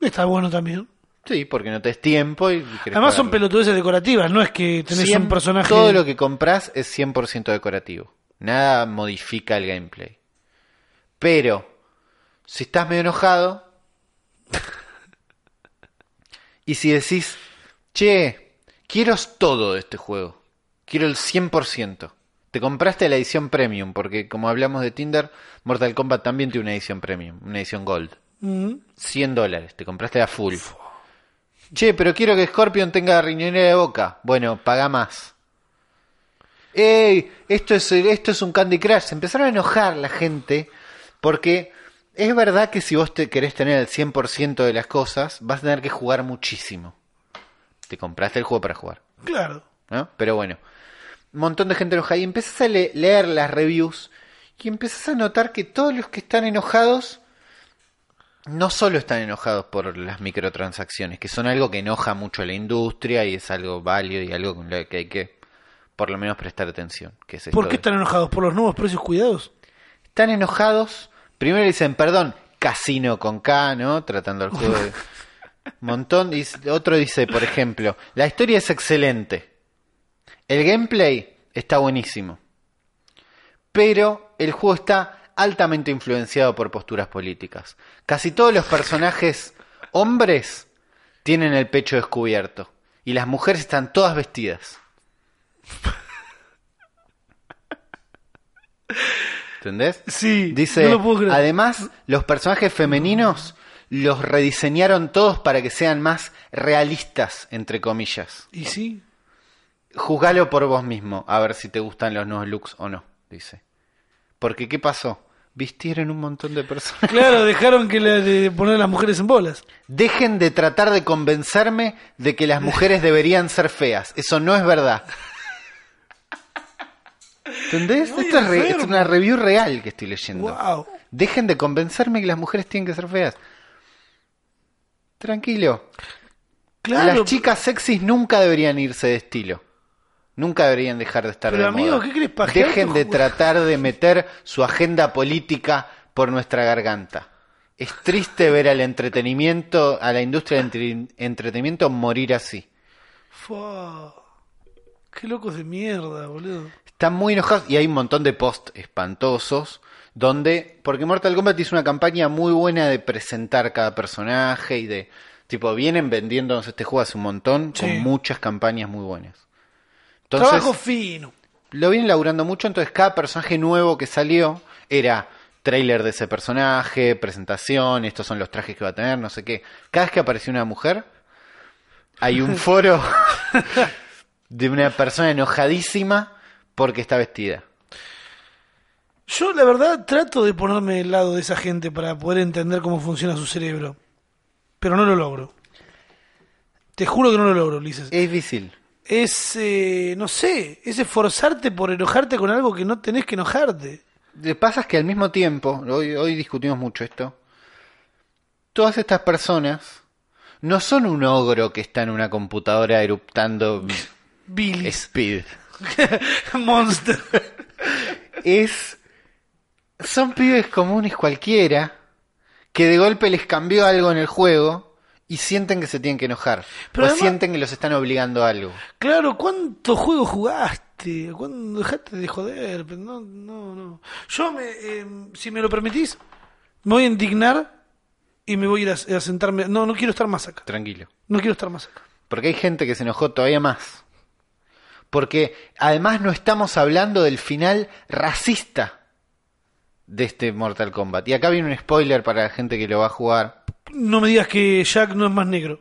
S2: Está bueno también.
S1: Sí, porque no te des tiempo y querés
S2: Además son
S1: pagarlo.
S2: pelotudeces decorativas, no es que tenés
S1: Cien-
S2: un personaje...
S1: Todo lo que compras es 100% decorativo. Nada modifica el gameplay. Pero, si estás medio enojado [LAUGHS] y si decís, che, quiero todo de este juego, quiero el 100%. Te compraste la edición premium, porque como hablamos de Tinder, Mortal Kombat también tiene una edición premium, una edición gold.
S2: Mm,
S1: 100 dólares, te compraste la full. Che, pero quiero que Scorpion tenga riñonera de boca. Bueno, paga más. ¡Ey! Esto es, esto es un Candy Crush. Se empezaron a enojar la gente porque es verdad que si vos te querés tener el 100% de las cosas, vas a tener que jugar muchísimo. Te compraste el juego para jugar,
S2: Claro.
S1: ¿no? Pero bueno, un montón de gente enojada. Y empezás a le- leer las reviews y empezás a notar que todos los que están enojados no solo están enojados por las microtransacciones, que son algo que enoja mucho a la industria y es algo válido y algo con lo que hay que por lo menos prestar atención. Que es
S2: ¿Por
S1: esto
S2: qué
S1: de-
S2: están enojados? ¿Por los nuevos precios cuidados?
S1: están enojados. Primero dicen, perdón, casino con K, ¿no? Tratando el juego de montón. Y otro dice, por ejemplo, la historia es excelente. El gameplay está buenísimo. Pero el juego está altamente influenciado por posturas políticas. Casi todos los personajes hombres tienen el pecho descubierto. Y las mujeres están todas vestidas. ¿Entendés?
S2: Sí,
S1: Dice,
S2: no lo puedo creer.
S1: además, los personajes femeninos los rediseñaron todos para que sean más realistas, entre comillas.
S2: ¿Y sí?
S1: Juzgalo por vos mismo, a ver si te gustan los nuevos looks o no, dice. Porque, ¿qué pasó? Vistieron un montón de personas. [LAUGHS]
S2: Claro, dejaron que la, de poner a las mujeres en bolas.
S1: Dejen de tratar de convencerme de que las mujeres deberían ser feas. Eso no es
S2: [LAUGHS]
S1: verdad. ¿Entendés?
S2: Muy
S1: Esto es, re- es
S2: enfermo.
S1: una review real que estoy leyendo.
S2: Wow.
S1: Dejen de convencerme que las mujeres tienen que ser feas. Tranquilo.
S2: Claro.
S1: Las chicas sexys nunca deberían irse de estilo. Nunca deberían dejar de estar
S2: Pero,
S1: de
S2: amigo,
S1: moda.
S2: ¿qué querés, pajear
S1: Dejen
S2: tu
S1: de
S2: ju-
S1: tratar de meter su agenda política por nuestra garganta. Es triste ver al entretenimiento, a la industria del entre- entretenimiento morir así.
S2: Fua. Qué locos de mierda, boludo.
S1: Están muy enojados y hay un montón de posts espantosos donde, porque Mortal Kombat hizo una campaña muy buena de presentar cada personaje y de, tipo, vienen vendiéndonos este juego hace un montón
S2: Sí.
S1: con muchas campañas muy buenas.
S2: Trabajo
S1: Entonces,
S2: fino.
S1: lo vienen laburando mucho, entonces cada personaje nuevo que salió era trailer de ese personaje, presentación, estos son los trajes que va a tener, no sé qué. Cada vez que apareció una mujer, hay un foro de una persona enojadísima porque está vestida.
S2: Yo, la verdad, trato de ponerme del lado de esa gente para poder entender cómo funciona su cerebro. Pero no lo logro. Te juro que no lo logro, Ulises.
S1: Es difícil.
S2: Es, eh, no sé, es esforzarte por enojarte con algo que no tenés que enojarte.
S1: Lo que pasa es que al mismo tiempo, hoy, hoy discutimos mucho esto, todas estas personas no son un ogro que está en una computadora eruptando
S2: Billy.
S1: speed.
S2: [LAUGHS] Monster.
S1: Es. Son pibes comunes cualquiera que de golpe les cambió algo en el juego y sienten que se tienen que enojar.
S2: Pero
S1: o
S2: además-
S1: sienten que los están obligando a algo.
S2: Claro, ¿cuántos juegos jugaste? ¿Cuándo dejaste de joder? Pero No, no, no. Yo, me, eh, si me lo permitís, me voy a indignar y me voy a ir a, a sentarme. No, no quiero estar más acá.
S1: Tranquilo.
S2: No quiero estar más acá.
S1: Porque hay gente que se enojó todavía más. Porque además no estamos hablando del final racista de este Mortal Kombat. Y acá viene un spoiler para la gente que lo va a jugar.
S2: No me digas que Jack no es más negro.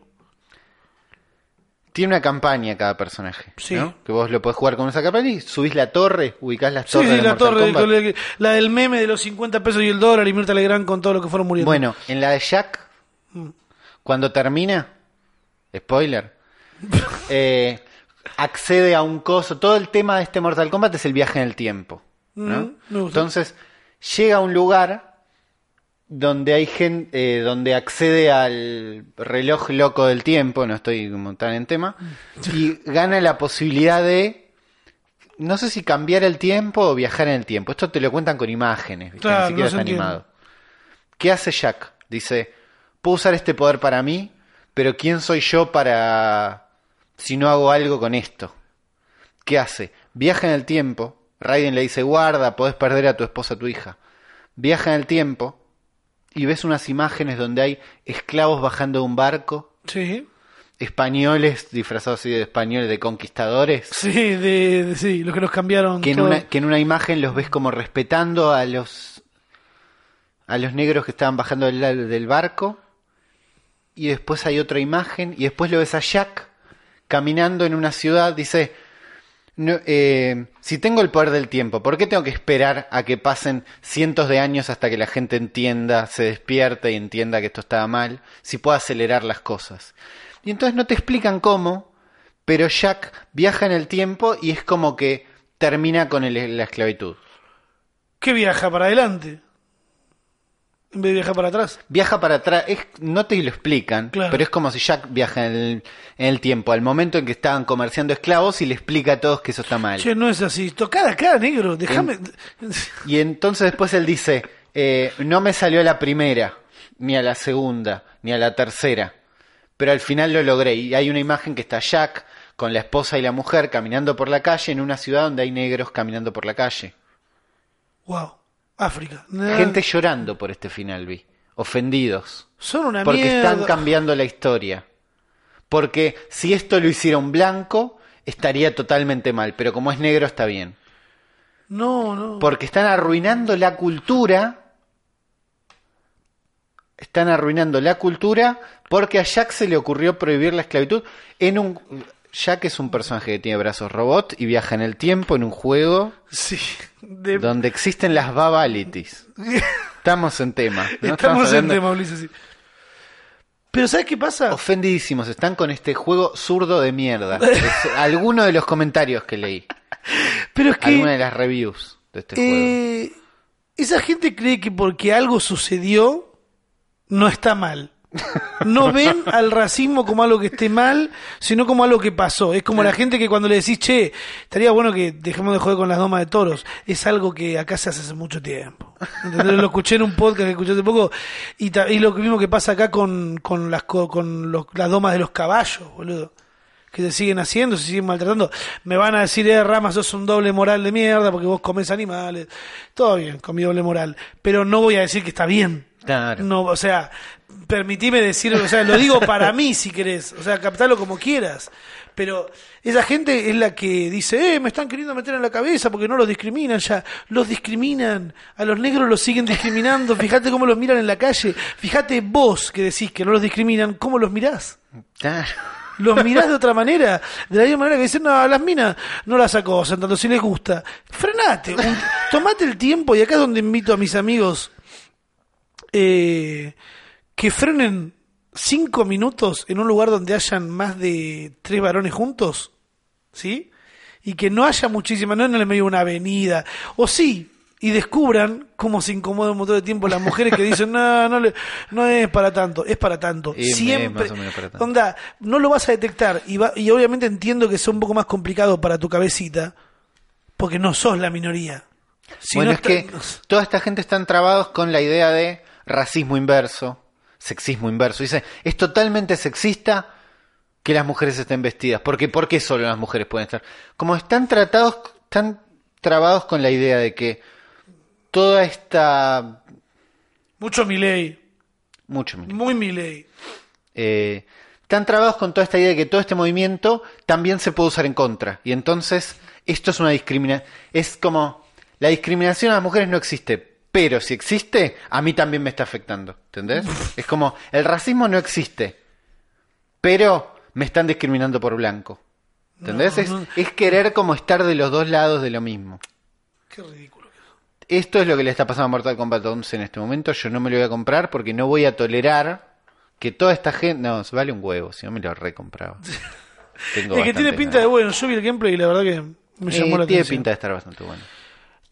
S1: Tiene una campaña cada personaje.
S2: Sí.
S1: ¿no? Que vos lo podés jugar con esa campaña y subís la torre, ubicás las
S2: Sí,
S1: torres.
S2: sí,
S1: de
S2: la
S1: Mortal
S2: torre,
S1: Kombat.
S2: la- la del meme de los 50 pesos y el dólar y Mirta Legrand con todo lo que fueron muriendo.
S1: Bueno, en la de Jack, cuando termina,
S2: [LAUGHS]
S1: spoiler, eh, accede a un coso. Todo el tema de este Mortal Kombat es el viaje en el tiempo. ¿no?
S2: Mm, me gusta.
S1: Entonces, llega a un lugar donde hay gente, donde accede al reloj loco del tiempo, no estoy como tan en tema,
S2: Mm.
S1: y gana la posibilidad de. No sé si cambiar el tiempo o viajar en el tiempo. Esto te lo cuentan con imágenes, ¿viste?
S2: Claro,
S1: ni siquiera
S2: no se
S1: está
S2: entiende.
S1: animado. ¿Qué hace Jack? Dice, puedo usar este poder para mí, pero ¿quién soy yo para... si no hago algo con esto? ¿Qué hace? Viaja en el tiempo. Raiden le dice, guarda, podés perder a tu esposa, a tu hija. viaja en el tiempo y ves unas imágenes donde hay esclavos bajando de un barco,
S2: Sí.
S1: españoles disfrazados así de españoles, de conquistadores,
S2: Sí, de, de- sí, los que nos cambiaron.
S1: que en,
S2: todo.
S1: una, que en una imagen los ves como respetando a los a los negros que estaban bajando del, del barco y después hay otra imagen y después lo ves a Jack caminando en una ciudad dice "No, eh, si tengo el poder del tiempo ¿por qué tengo que esperar a que pasen cientos de años hasta que la gente entienda se despierte y entienda que esto estaba mal si puedo acelerar las cosas y entonces no te explican cómo pero Jack viaja en el tiempo y es como que termina con el- la esclavitud
S2: Que viaja para adelante. En vez de viajar para atrás.
S1: Viaja para atrás, es- no te lo explican,
S2: Claro.
S1: pero es como si Jack viaja en el, en el tiempo, al momento en que estaban comerciando esclavos y le explica a todos que eso está mal.
S2: Che, no es así. Tocada acá, negro. Déjame. [LAUGHS]
S1: Y entonces después él dice, eh, no me salió a la primera, ni a la segunda, ni a la tercera, pero al final lo logré. Y hay una imagen que está Jack con la esposa y la mujer caminando por la calle en una ciudad donde hay negros caminando por la calle.
S2: Wow. África.
S1: Gente llorando por este final, vi, ofendidos.
S2: Son una
S1: Porque
S2: mierda.
S1: están cambiando la historia. Porque si esto lo hiciera un blanco, estaría totalmente mal, pero como es negro está bien.
S2: No, no.
S1: Porque están arruinando la cultura. Están arruinando la cultura porque a Jack se le ocurrió prohibir la esclavitud en un Jack es un personaje que tiene brazos robot y viaja en el tiempo en un juego
S2: Sí. de- [LAUGHS]
S1: donde existen las babalities. Estamos en tema. ¿no?
S2: Estamos en
S1: hablando-
S2: tema, Ulises. sí. Pero ¿sabes qué pasa?
S1: Ofendidísimos están con este juego zurdo de mierda. Es alguno de los comentarios que
S2: [LAUGHS]
S1: leí.
S2: Pero es que.
S1: Alguna de las reviews de este juego.
S2: Eh, esa gente cree que porque algo sucedió, no está mal. No ven al racismo como algo que esté mal, sino como algo que pasó. Es como la gente que cuando le decís, che, estaría bueno que dejemos de joder con las domas de toros. Es algo que acá se hace hace mucho tiempo. ¿Entendés? Lo escuché en un podcast que escuché hace poco y, ta- y lo mismo que pasa acá con, con las, co- con los- las domas de los caballos, boludo que se siguen haciendo, se siguen maltratando, me van a decir, eh, Rama, sos un doble moral de mierda porque vos comés animales. Todo bien, con mi doble moral. Pero no voy a decir que está bien.
S1: Claro.
S2: No, o sea, permitime decir, o sea, lo digo para mí si querés, o sea, captalo como quieras. Pero esa gente es la que dice, eh, me están queriendo meter en la cabeza porque no los discriminan ya. Los discriminan. A los negros los siguen discriminando. Fíjate cómo los miran en la calle. Fíjate vos que decís que no los discriminan, cómo los mirás.
S1: Claro.
S2: Los mirás de otra manera, de la misma manera que dicen, no, a las minas no las acosan, tanto si les gusta. Frenate, un- tomate el tiempo, y acá es donde invito a mis amigos eh, que frenen cinco minutos en un lugar donde hayan más de tres varones juntos, ¿sí? Y que no haya muchísima, no en el medio de una avenida, o sí, y descubran cómo se incomoda un montón de tiempo las mujeres que dicen, [LAUGHS] no, no, le- no es para tanto, es para tanto.
S1: Y me-
S2: Siempre,
S1: más o menos para tanto.
S2: onda, no lo vas a detectar, y, va- y obviamente entiendo que es un poco más complicado para tu cabecita, porque no sos la minoría. Si
S1: bueno,
S2: no
S1: es que
S2: estás-
S1: toda esta gente están trabados con la idea de racismo inverso, sexismo inverso. Dice, es totalmente sexista que las mujeres estén vestidas. Porque, ¿por qué solo las mujeres pueden estar? Como están tratados, están trabados con la idea de que toda esta...
S2: Mucho mi ley.
S1: Mucho, mira.
S2: Muy Miley.
S1: Eh, están trabados con toda esta idea de que todo este movimiento también se puede usar en contra. Y entonces, esto es una discriminación. Es como, la discriminación a las mujeres no existe. Pero si existe, a mí también me está afectando. ¿Entendés? Es como, el racismo no existe. Pero me están discriminando por blanco. ¿Entendés?
S2: No,
S1: Es-
S2: no.
S1: es querer como estar de los dos lados de lo mismo.
S2: Qué ridículo. que es.
S1: Esto es lo que le está pasando a Mortal Kombat 11 en este momento. Yo no me lo voy a comprar porque no voy a tolerar que toda esta gente. No, se vale un huevo, si no me lo
S2: [LAUGHS]
S1: recompraba. Tengo
S2: Es que tiene
S1: bastante
S2: pinta de
S1: ganas.
S2: bueno. Yo vi el gameplay y la verdad que
S1: Eh,
S2: me llamó la
S1: tiene
S2: atención.
S1: pinta de estar bastante bueno.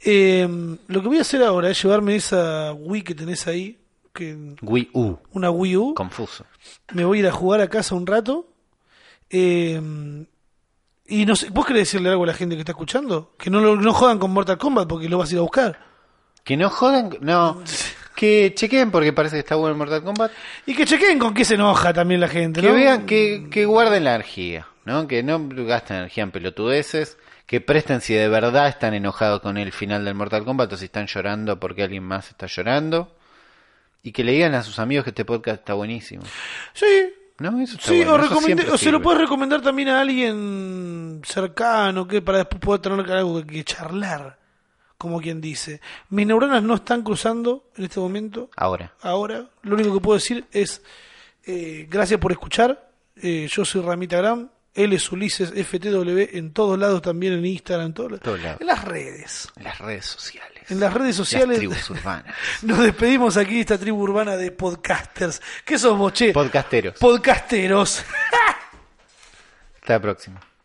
S2: Eh, lo que voy a hacer ahora es llevarme esa Wii que tenés ahí, que
S1: Wii U,
S2: una Wii U.
S1: confuso.
S2: Me voy a ir a jugar a casa un rato. Eh, y no sé, ¿vos querés decirle algo a la gente que está escuchando? Que no, lo- no jodan con Mortal Kombat porque lo vas a ir a buscar.
S1: Que no jodan,
S2: [LAUGHS]
S1: no. Que chequen porque parece que está bueno el Mortal Kombat.
S2: Y que chequen con qué se enoja también la gente,
S1: Que
S2: ¿no?
S1: vean que, que guarden la energía, ¿no? Que no gasten energía en pelotudeces. que presten si de verdad están enojados con el final del Mortal Kombat o si están llorando porque alguien más está llorando. Y que le digan a sus amigos que este podcast está buenísimo.
S2: Sí,
S1: ¿No? Eso está
S2: sí,
S1: bueno,
S2: o,
S1: eso
S2: recomendé-
S1: siempre
S2: o se lo
S1: sirve.
S2: puedes recomendar también a alguien cercano, que para después poder tener algo que, que charlar, como quien dice. Mis neuronas no están cruzando en este momento,
S1: Ahora.
S2: ahora. Lo único que puedo decir es eh, gracias por escuchar. Eh, yo soy Ramita Gram, él es Ulises FTW en todos lados, también en Instagram, en, todos lados.
S1: Todos lados.
S2: en las redes.
S1: Las redes sociales.
S2: En las redes
S1: Las
S2: sociales [LAUGHS]
S1: tribus urbanas.
S2: nos despedimos aquí de esta tribu urbana de podcasters. ¿Qué somos, che?
S1: Podcasteros.
S2: Podcasteros.
S1: Hasta la próxima.